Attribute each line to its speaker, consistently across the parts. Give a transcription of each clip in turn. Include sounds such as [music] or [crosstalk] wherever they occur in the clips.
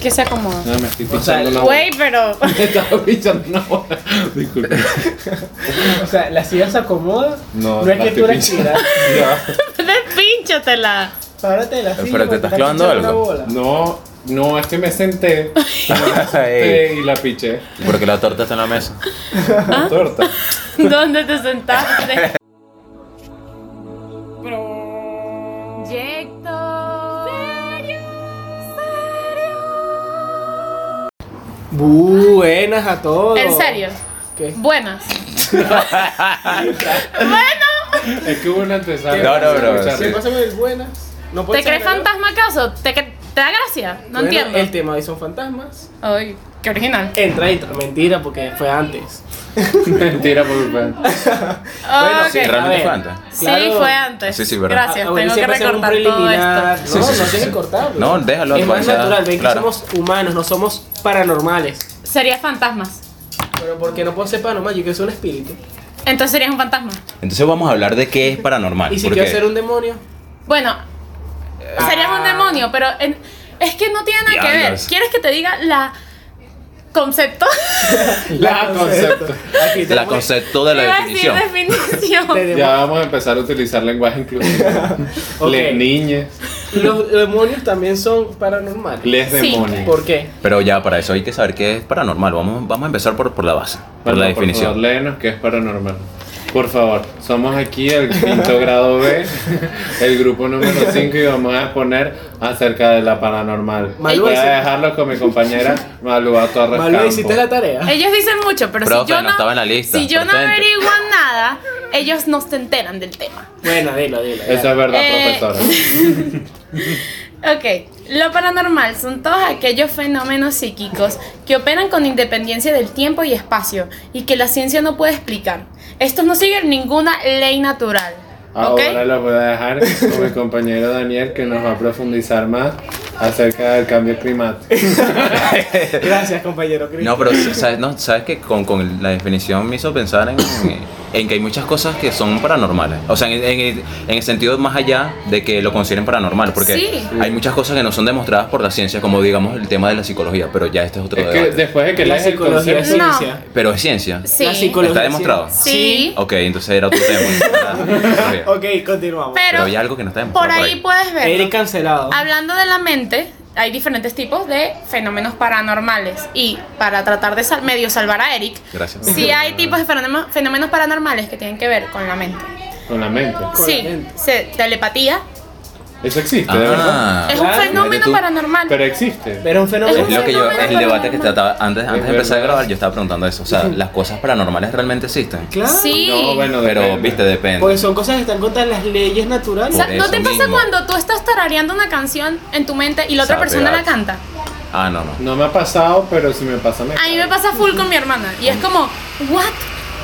Speaker 1: que se acomoda.
Speaker 2: No, me estoy
Speaker 3: O sea,
Speaker 2: pinchando una
Speaker 1: Güey, pero. [laughs]
Speaker 2: bola. [laughs] Me estaba pinchando una
Speaker 3: [laughs]
Speaker 2: bola. Disculpe.
Speaker 3: O sea, la silla se acomoda.
Speaker 2: No,
Speaker 3: No,
Speaker 2: la
Speaker 3: es que
Speaker 2: estoy
Speaker 3: tú la
Speaker 2: pinchando.
Speaker 3: estiras.
Speaker 2: [laughs]
Speaker 1: Despínchatela.
Speaker 3: Párate de la silla.
Speaker 4: Espérate,
Speaker 3: porque
Speaker 4: ¿estás
Speaker 3: estás
Speaker 4: clavando
Speaker 3: pinchando
Speaker 4: algo?
Speaker 3: una bola.
Speaker 2: No, no, es que me senté
Speaker 4: Ey,
Speaker 2: eh, y la piché.
Speaker 4: Porque la torta está en la mesa.
Speaker 3: Ah.
Speaker 2: La torta.
Speaker 1: ¿Dónde te sentaste? Proyecto.
Speaker 3: Buenas a todos.
Speaker 1: En serio.
Speaker 3: ¿Qué?
Speaker 1: Buenas.
Speaker 2: Es que hubo una antesala.
Speaker 4: No, no, bro,
Speaker 2: Escuchar-
Speaker 3: ¿Qué
Speaker 4: sí.
Speaker 3: pasa con el buenas? No puede
Speaker 1: ¿Te crees
Speaker 3: sacarlo.
Speaker 1: fantasma acaso? ¿Te, cre- te da gracia? No
Speaker 3: Pues, Bueno,
Speaker 1: entiendo.
Speaker 3: El tema de son fantasmas.
Speaker 1: Ay, qué original.
Speaker 3: Entra, entra. Mentira, porque fue antes.
Speaker 2: [laughs] Mentira, por culpa.
Speaker 3: [laughs]
Speaker 1: Ah,
Speaker 4: sí,
Speaker 1: ok.
Speaker 4: realmente-
Speaker 3: A
Speaker 4: fue
Speaker 3: ver,
Speaker 4: antes.
Speaker 1: Sí,
Speaker 3: claro,
Speaker 1: fue antes.
Speaker 4: Sí, sí, verdad.
Speaker 1: Gracias,
Speaker 3: a- a Willy
Speaker 1: tengo que
Speaker 3: Ah, siempre hacen un
Speaker 1: recordar todo
Speaker 3: preliminar.
Speaker 1: esto.
Speaker 4: Sí,
Speaker 3: No,
Speaker 4: sí,
Speaker 3: no
Speaker 4: sí,
Speaker 3: tienes
Speaker 4: sí.
Speaker 3: que cortarlo.
Speaker 4: No, déjalo,
Speaker 3: Es más
Speaker 4: avanzada,
Speaker 3: natural, ven que
Speaker 4: claro.
Speaker 3: somos humanos, no somos paranormales.
Speaker 1: Serías fantasmas.
Speaker 3: Pero porque no puedo ser paranormal, yo quiero ser un espíritu.
Speaker 1: Entonces serías un fantasma.
Speaker 4: [laughs] Entonces vamos a hablar de Ah, qué es paranormal.
Speaker 3: Y si
Speaker 4: porque
Speaker 3: quiero ser un demonio, [laughs]
Speaker 1: Bueno, serías un demonio, pero en- es que no tiene nada que ver.
Speaker 4: Ah. Diablos.
Speaker 1: ¿Quieres que te diga la concepto?
Speaker 2: La concepto.
Speaker 3: aquí
Speaker 4: la
Speaker 3: tenemos-
Speaker 4: concepto de la
Speaker 1: [laughs] Iba a decir
Speaker 4: definición.
Speaker 1: definición.
Speaker 3: [laughs] de
Speaker 2: Ya
Speaker 3: demonios.
Speaker 2: vamos a empezar a utilizar lenguaje inclusivo.
Speaker 3: [laughs] Ok.
Speaker 2: Les niñas,
Speaker 3: Los demonios también son paranormales.
Speaker 2: les
Speaker 1: Sí.
Speaker 2: demonios.
Speaker 3: ¿Por qué?
Speaker 4: Pero ya, para eso hay que saber qué es paranormal. Vamos, vamos a empezar por, por la base, por
Speaker 2: Bueno,
Speaker 4: la
Speaker 2: Por favor,
Speaker 4: definición.
Speaker 2: léenos qué es paranormal. Por favor, somos aquí el
Speaker 3: [laughs]
Speaker 2: quinto grado B, el grupo número 5 y vamos a exponer acerca de la paranormal.
Speaker 3: Malú,
Speaker 2: Voy a
Speaker 3: hiciste-
Speaker 2: dejarlo con mi compañera Malúa Torres
Speaker 3: Malú,
Speaker 2: Campo.
Speaker 3: hiciste la tarea.
Speaker 1: Ellos dicen mucho, pero si
Speaker 4: Profe,
Speaker 1: yo
Speaker 4: no
Speaker 1: no,
Speaker 4: estaba en la lista,
Speaker 1: si yo no
Speaker 4: presente.
Speaker 1: averiguo nada, ellos no se enteran del tema.
Speaker 3: Bueno, dilo, dilo. ya.
Speaker 2: Eso es verdad,
Speaker 1: Eh,
Speaker 2: profesora.
Speaker 1: Ok, lo paranormal son todos aquellos fenómenos psíquicos que operan con independencia del tiempo y espacio y que la ciencia no puede explicar. Estos no siguen ninguna ley natural. [laughs]
Speaker 3: Ah,
Speaker 1: ¿Ok?
Speaker 2: Ahora lo voy a dejar con mi compañero Daniel que nos va a profundizar más acerca del cambio climático.
Speaker 3: Gracias, compañero. Cristian.
Speaker 4: No, pero sabes, no, ¿sabes que con, con la definición me hizo pensar en, en que hay muchas cosas que son paranormales. O sea, en, en- en el sentido más allá de que lo consideren paranormal. Porque
Speaker 1: Sí.
Speaker 4: hay muchas cosas que no son demostradas por la ciencia, como digamos el tema de la psicología. Pero ya este es otro
Speaker 2: Es que
Speaker 4: debate.
Speaker 2: después de que
Speaker 3: la
Speaker 2: lees el
Speaker 3: psicología es
Speaker 2: concepto,
Speaker 1: No.
Speaker 3: ciencia.
Speaker 4: Pero es ciencia.
Speaker 1: Sí.
Speaker 3: La psicología
Speaker 4: ¿Está
Speaker 3: es ciencia.
Speaker 4: demostrado?
Speaker 1: Sí.
Speaker 4: Ok, entonces era
Speaker 2: [laughs]
Speaker 4: otro tema.
Speaker 3: Ok, continuamos.
Speaker 4: Pero
Speaker 1: Pero Ah.
Speaker 4: hay algo que no está
Speaker 1: por
Speaker 4: demostrado.
Speaker 1: ahí puedes ver.
Speaker 3: Eric cancelado.
Speaker 1: Hablando de la mente, hay diferentes tipos de fenómenos paranormales. Y para tratar de sal- medio salvar a Eric,
Speaker 4: Gracias.
Speaker 1: sí hay tipos de fenómenos, fenómenos paranormales que tienen que ver con la mente.
Speaker 2: con la mente.
Speaker 3: Con la
Speaker 1: Sí,
Speaker 3: mente.
Speaker 1: se- telepatía
Speaker 2: Eso existe, de verdad.
Speaker 4: Ah,
Speaker 1: es
Speaker 3: claro,
Speaker 1: un
Speaker 3: mira
Speaker 1: fenómeno
Speaker 4: tú.
Speaker 1: paranormal.
Speaker 2: Pero existe.
Speaker 3: Pero es un fenómeno.
Speaker 4: es lo que yo, es el debate que trataba antes, antes de empezar a
Speaker 2: verdad.
Speaker 4: grabar, yo estaba preguntando eso. O sea, las cosas paranormales realmente existen.
Speaker 3: Claro.
Speaker 1: sí.
Speaker 2: No, bueno,
Speaker 4: Pero,
Speaker 2: depende.
Speaker 4: viste, depende.
Speaker 3: Porque son cosas que están contra las leyes naturales.
Speaker 1: O sea,
Speaker 4: por
Speaker 1: ¿No
Speaker 4: eso
Speaker 1: te pasa
Speaker 4: mismo.
Speaker 1: cuando tú estás tarareando una canción en tu mente y la otra
Speaker 4: Sabe,
Speaker 1: persona la
Speaker 4: ah.
Speaker 1: canta?
Speaker 4: Ah, no, no.
Speaker 2: No me ha pasado, pero si me pasa, me
Speaker 1: A mí
Speaker 2: pasa.
Speaker 1: me pasa full con mi hermana y es como, ¿what?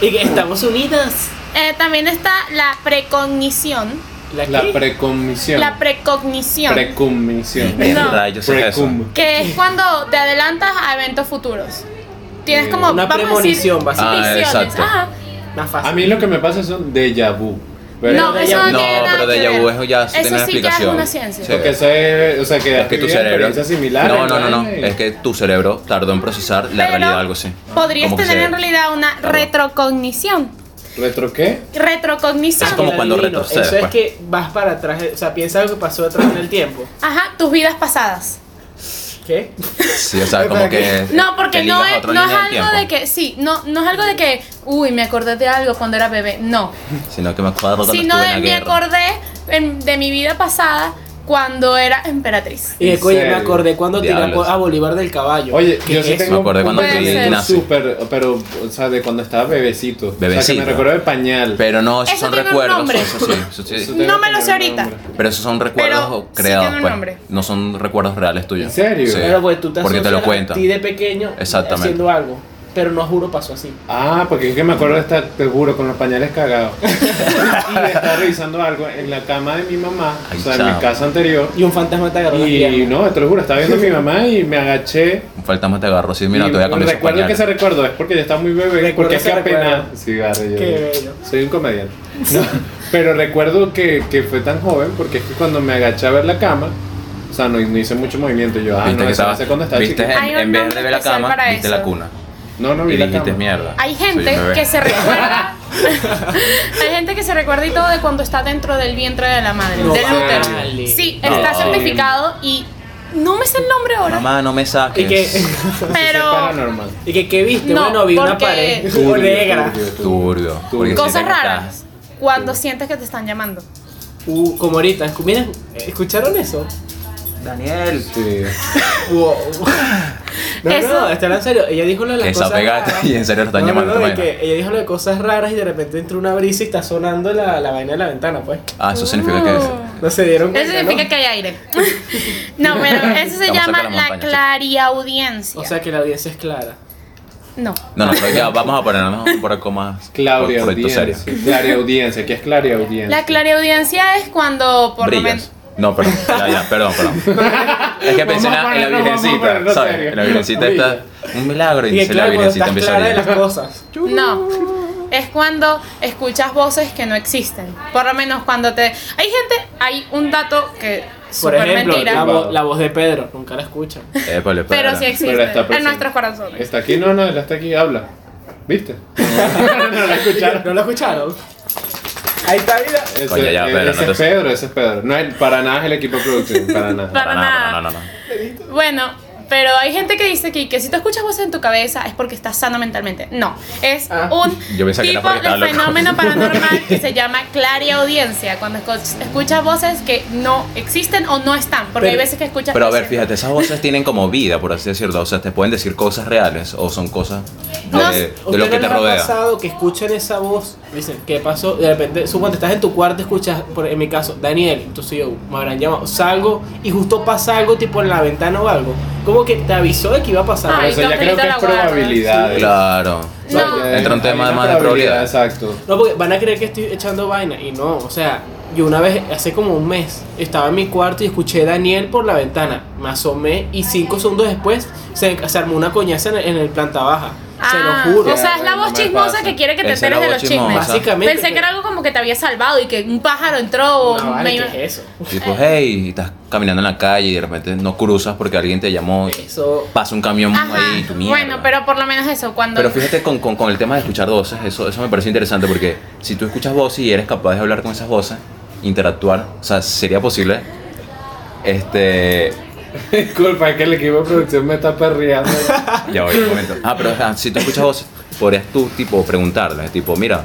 Speaker 3: Y que estamos unidas.
Speaker 1: Eh, también está la precognición.
Speaker 3: La,
Speaker 2: La
Speaker 3: qué?
Speaker 2: precomisión.
Speaker 1: La precognición.
Speaker 2: precomisión.
Speaker 4: Es
Speaker 1: No.
Speaker 4: rayos es eso.
Speaker 2: Precum.
Speaker 1: Que es cuando te adelantas a eventos futuros. Tienes
Speaker 2: Eh,
Speaker 1: como.
Speaker 3: una
Speaker 1: vamos a decir,
Speaker 3: premonición, básicamente.
Speaker 4: Ah,
Speaker 1: visiones.
Speaker 4: exacto.
Speaker 1: Ajá.
Speaker 3: más fácil.
Speaker 2: A mí lo que me pasa son déjà vu.
Speaker 1: No,
Speaker 3: déjà
Speaker 1: eso no,
Speaker 3: vu-
Speaker 4: No,
Speaker 1: tiene nada
Speaker 4: pero
Speaker 1: que
Speaker 4: déjà vu
Speaker 1: ver.
Speaker 4: eso ya tiene una
Speaker 1: sí ya es
Speaker 4: explicación.
Speaker 1: una ciencia.
Speaker 4: Sí.
Speaker 2: Porque eso es. O sea, que,
Speaker 4: Es que tu
Speaker 2: vives
Speaker 4: cerebro.
Speaker 2: experiencias similares,
Speaker 4: no, no, no, no.
Speaker 2: ¿eh?
Speaker 4: Es que tu cerebro tardó en procesar la
Speaker 1: Pero
Speaker 4: realidad, algo así.
Speaker 1: Podrías
Speaker 4: Como que
Speaker 1: tener
Speaker 4: se-
Speaker 1: en realidad una
Speaker 4: Claro.
Speaker 1: retrocognición.
Speaker 2: ¿Retro qué?
Speaker 1: Retrocognición.
Speaker 4: Es como
Speaker 3: El
Speaker 4: cuando
Speaker 3: adivino.
Speaker 4: retrocedes,
Speaker 3: Eso es
Speaker 4: pues.
Speaker 3: que vas para atrás. O sea, piensa algo que pasó atrás en el tiempo.
Speaker 1: Ajá, tus vidas pasadas.
Speaker 3: ¿Qué?
Speaker 2: [laughs]
Speaker 4: Sí, o sea, como que.
Speaker 1: No, porque
Speaker 4: que
Speaker 1: no
Speaker 4: ligas a
Speaker 1: es,
Speaker 4: otra
Speaker 1: no es
Speaker 4: línea del
Speaker 1: algo de
Speaker 4: tiempo,
Speaker 1: que, sí, no, no es algo de que, uy, me acordé de algo cuando era bebé. No.
Speaker 4: Sino que me acuerdo cuando
Speaker 1: Sino
Speaker 4: estuve
Speaker 1: de,
Speaker 4: en la
Speaker 1: me
Speaker 4: guerra.
Speaker 1: acordé en- de mi vida pasada cuando era emperatriz.
Speaker 3: Y de
Speaker 2: ¿En
Speaker 3: coño, me
Speaker 2: serio?
Speaker 3: acordé cuando tiró
Speaker 4: Diablos.
Speaker 3: a Bolívar del caballo.
Speaker 2: Oye,
Speaker 3: ¿Qué
Speaker 2: yo
Speaker 3: es
Speaker 2: sí
Speaker 3: eso?
Speaker 2: tengo
Speaker 4: Me acordé cuando
Speaker 1: Puede
Speaker 4: fui
Speaker 1: ser.
Speaker 4: nazi.
Speaker 2: Súper, pero, o sea, de cuando estaba bebecito. O sea, que
Speaker 4: Bebecito.
Speaker 2: me recuerdo de pañal.
Speaker 4: Pero no, esos
Speaker 1: Eso
Speaker 4: son
Speaker 1: tiene un
Speaker 4: recuerdos.
Speaker 1: nombre.
Speaker 4: Eso sí, eso sí.
Speaker 1: [laughs]
Speaker 2: Eso debe
Speaker 1: No me lo
Speaker 2: tener
Speaker 1: sé
Speaker 2: un
Speaker 1: ahorita.
Speaker 2: nombre.
Speaker 4: Pero esos son
Speaker 1: Pero
Speaker 4: recuerdos
Speaker 1: sí
Speaker 4: creados,
Speaker 1: tiene un
Speaker 4: pues.
Speaker 1: nombre.
Speaker 4: No son recuerdos reales tuyos.
Speaker 2: ¿En serio?
Speaker 4: Sí.
Speaker 3: Claro, porque pues, tú te
Speaker 4: Porque te lo
Speaker 3: asocias a
Speaker 4: cuentan.
Speaker 3: ti de pequeño eh,
Speaker 4: Exactamente.
Speaker 3: haciendo algo. Pero no juro pasó así.
Speaker 2: Ah, porque es que me acuerdo de estar, te juro, con los pañales
Speaker 4: [laughs]
Speaker 2: cagados. y estaba revisando algo en la cama de mi mamá,
Speaker 4: Ay,
Speaker 2: o sea, en
Speaker 4: chamo.
Speaker 2: mi casa anterior.
Speaker 3: Y un fantasma te agarró las
Speaker 2: Y
Speaker 3: piernas.
Speaker 2: no, te lo juro, estaba
Speaker 4: [laughs]
Speaker 2: viendo a mi mamá y me agaché.
Speaker 4: Un fantasma te agarró. Sí, mira,
Speaker 2: y
Speaker 4: te voy a cambiar esos
Speaker 2: Recuerdo que
Speaker 4: pañales.
Speaker 2: ese recuerdo es porque yo estaba muy bebé,
Speaker 3: Recuerdo
Speaker 2: porque es que
Speaker 3: ese
Speaker 2: apenas.
Speaker 3: recuerdo.
Speaker 2: Sí, agarré yo.
Speaker 3: Qué bello.
Speaker 2: Soy un comediante. No, pero recuerdo que, que fue tan joven porque es que cuando me agaché a ver la cama, O sea, no, no hice mucho movimiento. Yo, ah,
Speaker 4: Viste
Speaker 2: no,
Speaker 4: que
Speaker 2: eso lo
Speaker 4: estaba,
Speaker 2: hice cuando estaba
Speaker 4: viste
Speaker 2: chiquito.
Speaker 4: en,
Speaker 1: Hay un
Speaker 4: en vez
Speaker 1: nombre
Speaker 4: de ver la
Speaker 1: especial
Speaker 4: cama,
Speaker 1: para
Speaker 4: viste
Speaker 1: eso.
Speaker 4: la cuna.
Speaker 2: No, no
Speaker 4: y
Speaker 2: vi la
Speaker 4: dijiste
Speaker 2: cama.
Speaker 4: mierda.
Speaker 1: Hay
Speaker 4: soy un
Speaker 1: gente
Speaker 4: bebé".
Speaker 1: que se
Speaker 4: [laughs]
Speaker 1: recuerda. Hay gente que se recuerda y todo de cuando está dentro del vientre de la madre,
Speaker 3: No
Speaker 1: del
Speaker 3: vale.
Speaker 1: útero. Sí, está
Speaker 4: No.
Speaker 1: certificado y no me sé el nombre ahora,
Speaker 4: Mamá, no me
Speaker 3: Y
Speaker 4: saques.
Speaker 3: que,
Speaker 2: Eso es
Speaker 1: pero
Speaker 2: paranormal.
Speaker 3: [laughs] y que, ¿qué viste?
Speaker 1: No,
Speaker 3: bueno, vi una
Speaker 1: porque- [laughs]
Speaker 3: pared
Speaker 2: Turbio,
Speaker 3: negra.
Speaker 2: turbio, turbio.
Speaker 4: Turbio.
Speaker 2: Turbio.
Speaker 4: porque
Speaker 1: cosas
Speaker 4: sientes que
Speaker 1: raras
Speaker 4: estás-
Speaker 1: cuando sientes que te están llamando.
Speaker 3: Uh, como ahorita. Escu- Mira, ¿escucharon eso?
Speaker 4: Daniel.
Speaker 2: Sí. [laughs]
Speaker 3: Wow. No,
Speaker 1: Eso-
Speaker 3: no, está en serio. Ella dijo lo de las
Speaker 4: Esa
Speaker 3: cosas
Speaker 4: pegata
Speaker 3: raras.
Speaker 4: [laughs] y en serio lo están
Speaker 3: No, no,
Speaker 4: llamando.
Speaker 3: no, de
Speaker 4: ¿te imaginas?
Speaker 3: que ella dijo lo de cosas raras y de repente entra una brisa y está sonando la, la vaina de la ventana, pues.
Speaker 4: Ah, eso significa que.
Speaker 3: No se dieron cuenta.
Speaker 1: Uh. Eso significa
Speaker 3: ¿no?
Speaker 1: que hay
Speaker 4: [laughs]
Speaker 1: aire. No, pero eso se
Speaker 4: Vamos a
Speaker 1: llama
Speaker 4: sacar la
Speaker 1: la
Speaker 4: montaña,
Speaker 1: clariaudiencia.
Speaker 3: O sea que la audiencia es clara.
Speaker 1: no.
Speaker 4: No, no, pero ya vamos a poner, vamos a poner comas.
Speaker 2: Claudia
Speaker 4: proyecto
Speaker 2: Audiencia.
Speaker 4: serio.
Speaker 2: Claudia Audiencia. ¿Qué es Claudia Audiencia?
Speaker 1: La clariaudiencia es cuando por lo menos.
Speaker 4: Brillas. No, perdón, ya, ya, perdón, perdón. Es que pensé en
Speaker 2: Vamos a
Speaker 4: la, en la
Speaker 2: ponernos- vamos a
Speaker 4: virgencita,
Speaker 2: ponernos
Speaker 4: ¿sabes?
Speaker 2: serios.
Speaker 4: En la virgencita está un milagro y
Speaker 3: Y que
Speaker 4: dice
Speaker 3: claro,
Speaker 4: la
Speaker 3: cuando
Speaker 4: virgencita
Speaker 3: estás
Speaker 4: empieza a
Speaker 3: clara de las [laughs]
Speaker 4: brillar.
Speaker 3: cosas.
Speaker 1: No. Es cuando escuchas voces que no existen. Por lo menos cuando te. Hay gente, hay un dato que
Speaker 3: Por
Speaker 1: súper
Speaker 3: ejemplo, la,
Speaker 1: mentira.
Speaker 3: vo- la voz de Pedro, nunca la [laughs] escuchan.
Speaker 4: Épale,
Speaker 1: Pero
Speaker 4: para.
Speaker 1: sí existe.
Speaker 2: Pero está
Speaker 1: en
Speaker 2: presente.
Speaker 1: nuestros corazones.
Speaker 2: Está aquí, no, no, él está aquí, habla.
Speaker 1: [laughs]
Speaker 2: ¿Viste? no la escucharon.
Speaker 3: ¿No la escucharon? Ahí está, mira.
Speaker 2: Ese,
Speaker 4: Coño, ya,
Speaker 2: eh,
Speaker 4: Pedro,
Speaker 2: ese
Speaker 4: no te-
Speaker 2: es Pedro, ese es Pedro. No, es- para nada es el equipo de producción,
Speaker 1: [laughs]
Speaker 2: para nada.
Speaker 1: Para nada.
Speaker 4: No, no, no, no.
Speaker 1: Bueno, pero hay gente que dice que, que si tú escuchas voces en tu cabeza es porque estás sano mentalmente. No, es
Speaker 3: Ah.
Speaker 1: un
Speaker 4: Yo pensaba que era
Speaker 1: tipo
Speaker 4: porque
Speaker 1: de
Speaker 4: estaba loco. [laughs]
Speaker 1: fenómeno paranormal que se llama clariaudiencia, cuando escu- escuchas voces que no existen o no están, porque
Speaker 3: Pero-
Speaker 1: hay veces que escuchas
Speaker 4: Pero a ver,
Speaker 1: voces-
Speaker 4: fíjate, esas voces tienen como vida, por así decirlo. O sea, te pueden decir cosas reales o son cosas de,
Speaker 1: No,
Speaker 4: de
Speaker 3: ¿Usted
Speaker 4: lo que
Speaker 3: no
Speaker 4: te
Speaker 3: les ha
Speaker 4: rodea.
Speaker 3: pasado que escuchan esa voz? Dicen, ¿qué pasó? De repente, supongo, estás en tu cuarto, escuchas, por, en mi caso, Daniel, entonces yo, me habrán llamado, salgo y justo pasa algo tipo en la ventana o algo. Como que te avisó de que iba a pasar.
Speaker 1: Ay,
Speaker 2: Eso ya creo que es
Speaker 1: Angelita la guarda.
Speaker 2: probabilidades.
Speaker 4: Claro.
Speaker 2: O sea,
Speaker 1: No.
Speaker 2: ya
Speaker 4: Entra un
Speaker 2: hay
Speaker 4: tema
Speaker 2: una
Speaker 4: más de probabilidad.
Speaker 2: Exacto. [laughs]
Speaker 3: No, porque van a creer que estoy echando vaina. Y no, o sea, yo una vez, hace como un mes, estaba en mi cuarto y escuché a Daniel por la ventana. Me asomé y cinco segundos después se, se armó una coñaza en el, en el planta baja.
Speaker 1: Ah,
Speaker 3: se lo juro.
Speaker 1: O sea, es la
Speaker 2: No
Speaker 1: voz
Speaker 2: me
Speaker 1: chismosa
Speaker 2: pasa.
Speaker 1: que quiere que te
Speaker 4: Esa es la
Speaker 1: enteres de
Speaker 4: voz
Speaker 1: los chismes.
Speaker 4: chismosa.
Speaker 3: Básicamente.
Speaker 1: Pensé que era algo como que te había salvado y que un pájaro entró o
Speaker 3: No, vale,
Speaker 1: me-
Speaker 3: ¿qué es eso?
Speaker 4: Tipo, hey, y estás caminando en la calle y de repente no cruzas porque alguien te llamó,
Speaker 3: Eso.
Speaker 4: pasa un camión
Speaker 1: Ajá.
Speaker 4: ahí, tu mierda.
Speaker 1: Bueno, pero por lo menos eso, cuando
Speaker 4: Pero fíjate con, con- con el tema de escuchar voces, eso, eso me parece interesante porque si tú escuchas voces y eres capaz de hablar con esas voces, interactuar, o sea, sería posible. Este.
Speaker 2: Disculpa, es que el equipo de producción me está perreando.
Speaker 4: Ya voy, un momento. Ah, pero ah, si tú escuchas voces, podrías tú, tipo, preguntarle, tipo, mira,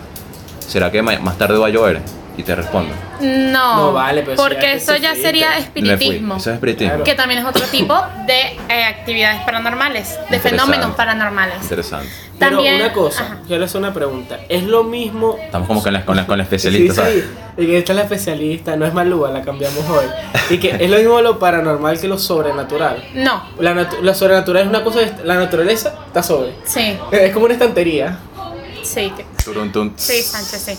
Speaker 4: ¿será que ma- más tarde va a llover? Y te responden.
Speaker 1: No,
Speaker 3: No, vale, pero eso ya
Speaker 1: porque
Speaker 3: es
Speaker 1: eso ya
Speaker 3: espiritismo.
Speaker 1: sería
Speaker 4: Me fui.
Speaker 1: espiritismo.
Speaker 4: Eso es espiritismo.
Speaker 3: Claro.
Speaker 1: que también es otro tipo de eh, actividades paranormales, de
Speaker 4: Interesante.
Speaker 1: fenómenos paranormales.
Speaker 4: Interesante.
Speaker 3: Pero
Speaker 1: También-
Speaker 3: una cosa,
Speaker 1: ajá.
Speaker 3: yo les hago una pregunta. ¿Es lo mismo
Speaker 4: Estamos como con la, con la, con la
Speaker 3: Sí,
Speaker 4: especialista,
Speaker 3: sí.
Speaker 4: ¿sabes?
Speaker 3: Y que esta es la especialista, no es Malúa, la cambiamos hoy. Y que es lo mismo lo paranormal que lo sobrenatural.
Speaker 1: No,
Speaker 3: La, natu- la sobrenatural es una cosa, de- la naturaleza está sobre.
Speaker 1: sí,
Speaker 3: Es como una estantería.
Speaker 1: sí, que-
Speaker 4: Turun, tun.
Speaker 1: sí, Sánchez, sí.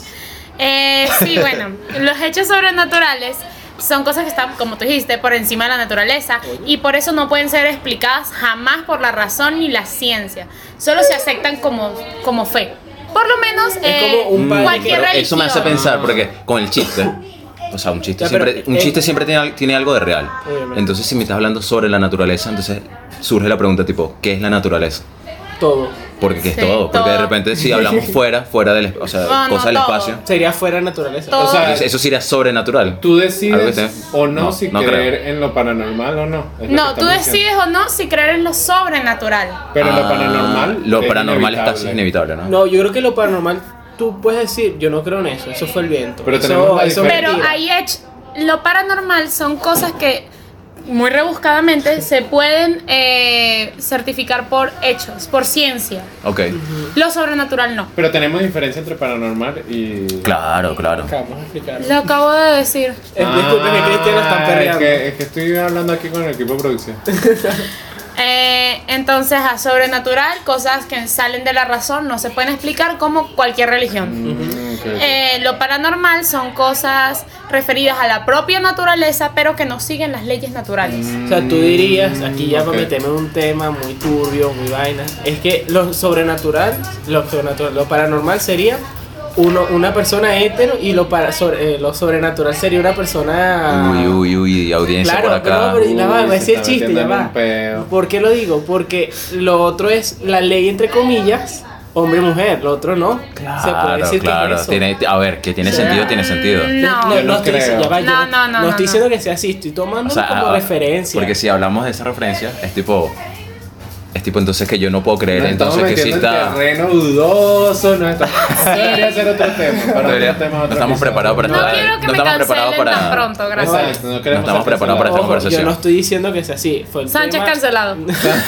Speaker 1: Eh,
Speaker 3: [laughs]
Speaker 1: sí, bueno, los hechos sobrenaturales son cosas que están, como tú dijiste, por encima de la naturaleza y por eso no pueden ser explicadas jamás por la razón ni la ciencia. Solo se aceptan como, como fe. Por lo menos eh,
Speaker 3: como un padre
Speaker 1: cualquier
Speaker 4: Mm. Pero
Speaker 1: religión.
Speaker 4: eso me hace pensar, porque con el
Speaker 1: [laughs]
Speaker 4: chiste, o sea, un chiste
Speaker 3: Ya, pero,
Speaker 4: siempre, un
Speaker 3: eh,
Speaker 4: chiste siempre tiene, al- tiene algo de real.
Speaker 3: Obviamente.
Speaker 4: Entonces, si me estás hablando sobre la naturaleza, entonces surge la pregunta tipo, ¿qué es la naturaleza?
Speaker 3: Todo.
Speaker 4: Porque ¿qué es
Speaker 1: Sí,
Speaker 4: todo, porque de
Speaker 1: todo.
Speaker 4: repente
Speaker 1: [laughs]
Speaker 4: si hablamos fuera, fuera del, esp- o sea,
Speaker 1: No, no,
Speaker 4: cosas del
Speaker 1: todo.
Speaker 4: espacio,
Speaker 3: Sería fuera de naturaleza.
Speaker 1: Todo.
Speaker 2: O sea,
Speaker 4: entonces eso sería sobrenatural.
Speaker 2: tú
Speaker 4: Algo que
Speaker 2: decides
Speaker 4: te-
Speaker 2: o no,
Speaker 4: no,
Speaker 2: si
Speaker 4: no
Speaker 2: creer
Speaker 4: creo.
Speaker 2: en lo paranormal o no. es lo
Speaker 1: No,
Speaker 2: que
Speaker 1: tú
Speaker 2: estamos diciendo.
Speaker 1: decides o no si creer en lo sobrenatural.
Speaker 2: Pero lo
Speaker 4: Ah,
Speaker 2: paranormal.
Speaker 4: Lo
Speaker 2: es
Speaker 4: paranormal está así,
Speaker 2: inevitable.
Speaker 4: inevitable, ¿no?
Speaker 3: No, yo creo que lo paranormal, tú puedes decir, yo no creo en eso, eso fue el viento.
Speaker 2: Pero
Speaker 3: eso,
Speaker 2: tenemos la
Speaker 3: eso es
Speaker 1: Pero
Speaker 3: mentira.
Speaker 1: hay hech- lo paranormal son cosas que muy rebuscadamente se pueden eh, certificar por hechos, por ciencia.
Speaker 4: Ok,
Speaker 1: Lo sobrenatural no.
Speaker 2: Pero tenemos diferencia entre paranormal y.
Speaker 4: claro, claro.
Speaker 3: Acá, Vamos a explicar.
Speaker 1: Lo acabo de decir.
Speaker 3: Eh, disculpen que Cristiano está
Speaker 2: Ah, Es
Speaker 3: perreando.
Speaker 2: que, es que estoy hablando aquí con el equipo de producción.
Speaker 1: Eh, entonces, a sobrenatural, cosas que salen de la razón no se pueden explicar como cualquier religión.
Speaker 2: Mm, ok.
Speaker 1: Eh, lo paranormal son cosas referidas a la propia naturaleza, pero que no siguen las leyes naturales.
Speaker 4: Mm.
Speaker 3: O sea, tú dirías, aquí ya
Speaker 2: Mm, ok.
Speaker 3: para meterme en un tema muy turbio, muy vaina, es que lo sobrenatural, lo sobrenatural, lo paranormal sería uno, una persona hétero y lo, para, sobre- eh, lo sobrenatural sería una persona...
Speaker 4: Uy, uy, uy, audiencia
Speaker 3: Claro,
Speaker 4: por acá.
Speaker 3: no, pero ya va,
Speaker 2: Uy,
Speaker 3: voy
Speaker 2: se
Speaker 3: a decir el
Speaker 2: está
Speaker 3: chiste, ya
Speaker 2: metiendo en
Speaker 3: va.
Speaker 2: un peo.
Speaker 3: ¿Por qué lo digo? Porque lo otro es la ley entre comillas, hombre y mujer, lo otro no. Se puede
Speaker 4: Claro,
Speaker 3: decir que es
Speaker 4: claro.
Speaker 3: eso.
Speaker 4: tiene- a ver, que tiene
Speaker 3: O sea,
Speaker 4: sentido, tiene sentido.
Speaker 1: No.
Speaker 3: no,
Speaker 2: Yo no
Speaker 3: estoy,
Speaker 2: creo.
Speaker 3: ya va, yo
Speaker 1: No,
Speaker 3: no,
Speaker 1: no, no, no,
Speaker 3: estoy
Speaker 1: no.
Speaker 3: diciendo que sea así, estoy tomando
Speaker 4: O sea,
Speaker 3: como
Speaker 4: ah,
Speaker 3: referencia.
Speaker 4: Porque si hablamos de esa referencia, es tipo. Es tipo entonces que yo no puedo creer,
Speaker 2: Nos estamos
Speaker 4: Eh, entonces que sí
Speaker 2: metiendo en
Speaker 4: está.
Speaker 2: terreno dudoso, no
Speaker 3: [laughs]
Speaker 2: está. Debería ser otro tema. Para otro
Speaker 4: Debería-
Speaker 2: tema,
Speaker 4: no
Speaker 2: otro
Speaker 4: estamos
Speaker 2: episodio.
Speaker 4: preparados para
Speaker 1: No
Speaker 4: Todavía
Speaker 1: quiero que
Speaker 4: no
Speaker 1: me
Speaker 4: estamos preparados
Speaker 1: cancelen
Speaker 4: para-
Speaker 1: tan pronto, gracias.
Speaker 2: Exacto, no queremos
Speaker 4: estamos
Speaker 2: ser
Speaker 4: preparados para
Speaker 2: cancelados.
Speaker 4: esta
Speaker 3: Ojo, yo
Speaker 4: conversación.
Speaker 3: no estoy diciendo que sea así. Fue el
Speaker 1: Sánchez
Speaker 3: tema-
Speaker 1: cancelado.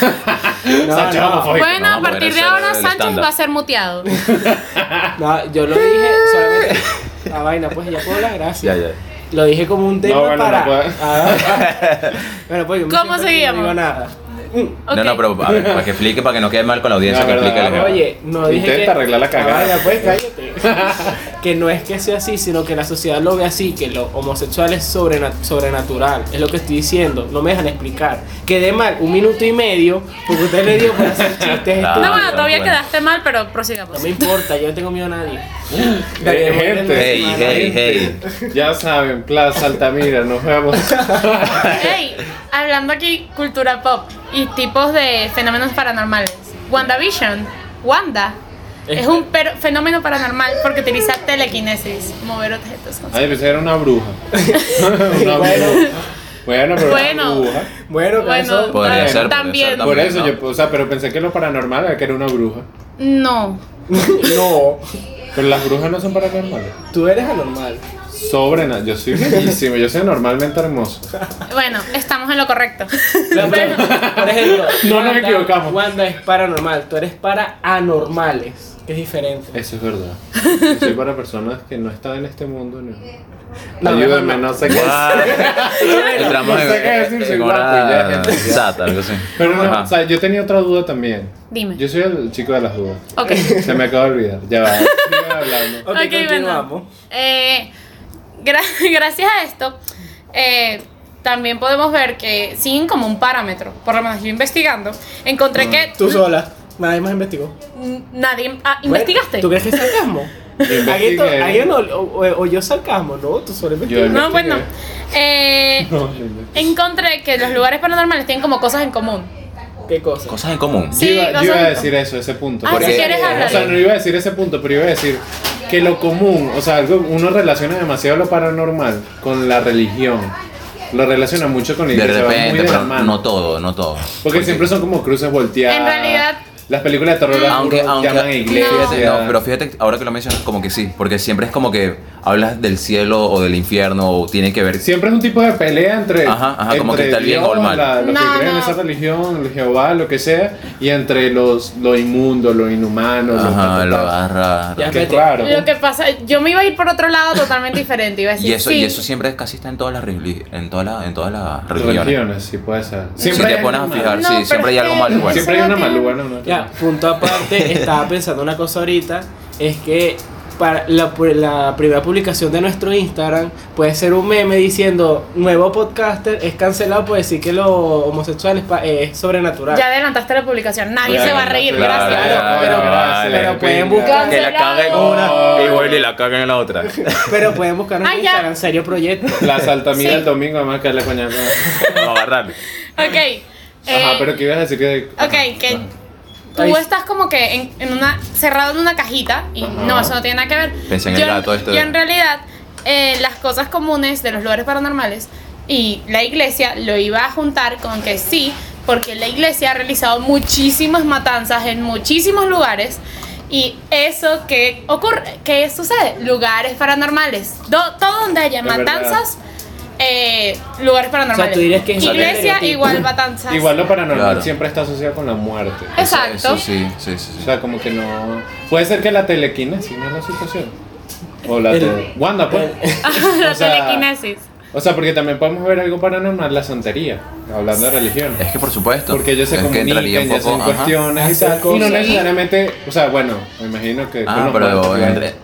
Speaker 3: No,
Speaker 2: Sánchez
Speaker 3: no,
Speaker 2: homofóbico.
Speaker 1: Bueno,
Speaker 4: no,
Speaker 1: a
Speaker 4: poder
Speaker 1: partir de
Speaker 4: hacer
Speaker 1: ahora
Speaker 4: el
Speaker 1: Sánchez
Speaker 4: estándar.
Speaker 1: va a ser muteado.
Speaker 3: Ah, no, yo lo dije solamente. La vaina, pues ya puedo la gracia.
Speaker 4: Ya, ya.
Speaker 3: Lo dije como un tema
Speaker 2: No, bueno,
Speaker 3: para.
Speaker 2: no puedo.
Speaker 4: [laughs]
Speaker 3: Ah, bueno, pues yo me
Speaker 1: ¿Cómo
Speaker 3: siento aquí y
Speaker 1: seguíamos?
Speaker 3: No digo nada.
Speaker 1: Ok.
Speaker 4: No, no, pero a ver, para que explique, para que no quede mal con la audiencia,
Speaker 2: No,
Speaker 4: que
Speaker 2: verdad,
Speaker 4: explique el ejemplo.
Speaker 3: Ah, Oye, no dije
Speaker 2: Intenta
Speaker 3: que...
Speaker 2: arreglar la cagada.
Speaker 3: Ah, ya, pues,
Speaker 2: [laughs]
Speaker 3: cállate. [laughs] que no es que sea así, sino que la sociedad lo ve así, que lo homosexual es sobrena- sobrenatural. Es lo que estoy diciendo, no me dejan explicar. Quedé mal un minuto y medio porque usted le dio para hacer chistes.
Speaker 4: Claro.
Speaker 3: estúpidos.
Speaker 1: No, bueno, todavía
Speaker 4: Ah, bueno.
Speaker 1: quedaste mal, pero
Speaker 3: No
Speaker 1: prosigamos.
Speaker 3: me importa, yo no tengo miedo
Speaker 2: [laughs]
Speaker 3: a nadie.
Speaker 2: Eh, gente.
Speaker 4: Hey, hey, hey.
Speaker 3: pues.
Speaker 2: Ya saben, Plaza Altamira, nos vemos.
Speaker 3: [laughs]
Speaker 1: Hey, hablando aquí cultura pop y tipos de fenómenos paranormales. WandaVision, Wanda, es un per- fenómeno paranormal porque utiliza telequinesis, mover objetos. con-
Speaker 2: Ay, pensé que era una [laughs] bruja. una
Speaker 3: Bueno.
Speaker 2: bruja. Bueno, pero
Speaker 1: Bueno.
Speaker 2: una bruja.
Speaker 3: bueno,
Speaker 1: Bueno,
Speaker 3: bueno.
Speaker 4: Podría
Speaker 1: eh,
Speaker 4: ser, podría
Speaker 1: también.
Speaker 4: ser, también.
Speaker 2: Por eso
Speaker 4: ¿no?
Speaker 2: yo, o sea, pero pensé que lo paranormal era que era una bruja.
Speaker 1: No,
Speaker 3: no,
Speaker 2: Pero las brujas no son paranormales.
Speaker 3: tú eres anormal.
Speaker 2: Sobrenatural. Yo soy bellísimo, yo soy normalmente hermoso.
Speaker 1: bueno, estamos en lo correcto. [laughs]
Speaker 3: Pero, por ejemplo,
Speaker 2: [laughs] No nos equivocamos.
Speaker 3: Wanda es paranormal, tú eres para anormales, que es diferente.
Speaker 2: Eso es verdad. Yo soy para personas que no están en este mundo. No. Ayúdenme, no sé qué.
Speaker 4: Entramos
Speaker 2: No
Speaker 4: en,
Speaker 2: sé qué decir,
Speaker 4: en
Speaker 2: soy
Speaker 4: hora
Speaker 2: guapo y ya.
Speaker 4: sata, algo así.
Speaker 2: Pero no,
Speaker 4: Ajá.
Speaker 2: o sea, yo tenía otra duda también.
Speaker 1: Dime.
Speaker 2: Yo soy el chico de las dudas.
Speaker 1: Ok.
Speaker 2: Se me acaba de olvidar. Ya va. sigan hablando.
Speaker 3: Ok,
Speaker 1: Ok,
Speaker 3: continuamos.
Speaker 1: bueno. Eh, gra- [laughs] gracias a esto, eh, también podemos ver que siguen como un parámetro. Por lo menos yo investigando, encontré que
Speaker 3: Tú sola, nadie más investigó.
Speaker 1: n- nadie. ah, ¿Investigaste?
Speaker 3: ¿Tú crees que es
Speaker 4: [laughs]
Speaker 3: sarcasmo?
Speaker 2: Investigué.
Speaker 3: ¿Alguien, to- alguien ol- o- o- oyó sarcasmo, no? Tú solo investigaste.
Speaker 1: No, bueno. Eh,
Speaker 2: No, no.
Speaker 1: encontré que los lugares paranormales tienen como cosas en común.
Speaker 3: ¿Qué cosa?
Speaker 4: Cosas en común.
Speaker 1: Sí,
Speaker 2: yo iba, yo
Speaker 1: cosas
Speaker 2: iba a
Speaker 1: en
Speaker 2: decir eso, ese punto.
Speaker 1: Ah,
Speaker 2: porque-
Speaker 1: si quieres hablar.
Speaker 2: O sea, no iba a decir ese punto, pero iba a decir que lo común, o sea, algo- uno relaciona demasiado lo paranormal con la religión. Lo relaciona mucho con la
Speaker 4: De
Speaker 2: iglesia. va muy
Speaker 4: repente,
Speaker 2: de la
Speaker 4: pero
Speaker 2: mano.
Speaker 4: no todo, no todo.
Speaker 2: Porque siempre son como cruces volteadas.
Speaker 1: En realidad-
Speaker 2: Las películas de terror las
Speaker 4: Aunque,
Speaker 2: uno
Speaker 4: aunque,
Speaker 2: llaman a iglesia.
Speaker 4: fíjate, no, pero fíjate, ahora que lo mencionas, como que sí, porque siempre es como que hablas del cielo o del infierno o tiene que ver.
Speaker 2: Siempre es un tipo de pelea entre.
Speaker 4: Ajá, ajá, como
Speaker 2: entre
Speaker 4: que está el bien
Speaker 2: Dios,
Speaker 4: o el mal.
Speaker 2: la- los
Speaker 1: No,
Speaker 2: que creen
Speaker 1: no.
Speaker 2: en esa religión, el Jehová, lo que sea, y entre los lo inmundo, lo inhumano, lo
Speaker 4: Ajá,
Speaker 2: ta, ta,
Speaker 4: lo
Speaker 2: ta.
Speaker 4: agarra.
Speaker 3: Ya.
Speaker 2: Que claro.
Speaker 1: Lo que pasa, yo me iba a ir por otro lado totalmente diferente. Iba a decir,
Speaker 4: Y eso,
Speaker 1: sí,
Speaker 4: y eso siempre casi está en todas las relig- en todas las, en todas las religiones.
Speaker 2: Religiones, sí puede ser.
Speaker 4: si
Speaker 2: hay
Speaker 4: te pones a
Speaker 2: algo malo.
Speaker 4: fijar,
Speaker 1: No,
Speaker 4: sí,
Speaker 1: pero
Speaker 4: siempre hay
Speaker 1: es
Speaker 4: algo
Speaker 1: que-
Speaker 4: mal igual.
Speaker 2: Siempre hay una
Speaker 1: Solo tiene-
Speaker 2: malúa, ¿no? Una-
Speaker 3: Ya, punto
Speaker 4: [laughs]
Speaker 3: aparte, estaba pensando una cosa ahorita, es que para la, pu- la primera publicación de nuestro Instagram puede ser un meme diciendo nuevo podcaster es cancelado por decir que lo homosexual es, pa- es sobrenatural.
Speaker 1: ya adelantaste la publicación. Nadie
Speaker 2: Claro,
Speaker 1: se va a reír,
Speaker 4: claro,
Speaker 1: gracias.
Speaker 4: claro,
Speaker 2: Pero,
Speaker 4: vale.
Speaker 2: pero pueden
Speaker 1: Claro.
Speaker 2: buscar.
Speaker 1: Que la caga en
Speaker 2: una, y
Speaker 4: vuelve y la caga en
Speaker 1: [laughs]
Speaker 4: la otra.
Speaker 3: Pero pueden buscar un
Speaker 1: Ah, ya.
Speaker 3: Instagram serio proyecto.
Speaker 2: La saltamira
Speaker 1: Sí.
Speaker 2: el domingo, además que le coñazo.
Speaker 4: Vamos a agarrar.
Speaker 1: Ok. eh,
Speaker 2: Ajá, pero que ibas a decir que.
Speaker 1: Ok, que tú
Speaker 3: Ay.
Speaker 1: estás como que en, en una cerrado en una cajita y
Speaker 2: Ajá.
Speaker 1: no, eso no tiene nada que ver.
Speaker 4: Pensé en el gato este.
Speaker 1: Yo en realidad eh, las cosas comunes de los lugares paranormales y la iglesia lo iba a juntar con que sí, porque la iglesia ha realizado muchísimas matanzas en muchísimos lugares y eso que ocurre, que sucede, lugares paranormales, Do- todo donde haya
Speaker 2: Es verdad.
Speaker 1: matanzas. eh, lugares paranormales.
Speaker 3: tú dirías que es un
Speaker 1: iglesia
Speaker 3: estereotipo.
Speaker 1: igual matanzas.
Speaker 2: Igual lo paranormal
Speaker 4: Claro.
Speaker 2: siempre está asociado con la muerte.
Speaker 1: Exacto.
Speaker 4: Eso, eso sí, sí, sí.
Speaker 2: O
Speaker 4: sí.
Speaker 2: sea, como que no. Puede ser que la telequinesis no es la situación. O la.
Speaker 3: El-
Speaker 2: tele- Wanda, pues.
Speaker 1: [laughs] la
Speaker 2: O sea,
Speaker 1: telequinesis.
Speaker 2: O sea, porque también podemos ver algo paranormal, la santería. Hablando de religión.
Speaker 4: Es que por supuesto.
Speaker 2: Porque ellos se
Speaker 4: es que
Speaker 2: comunican,
Speaker 4: entraría
Speaker 2: y
Speaker 4: un
Speaker 2: hacen
Speaker 4: poco. ajá.
Speaker 2: cuestiones y
Speaker 3: Hacen
Speaker 2: tal. Y no
Speaker 3: cosas.
Speaker 2: necesariamente. O sea, bueno, me imagino que.
Speaker 4: Ah,
Speaker 2: con los
Speaker 4: pero
Speaker 2: muertos,
Speaker 4: en,
Speaker 2: claro.
Speaker 4: re-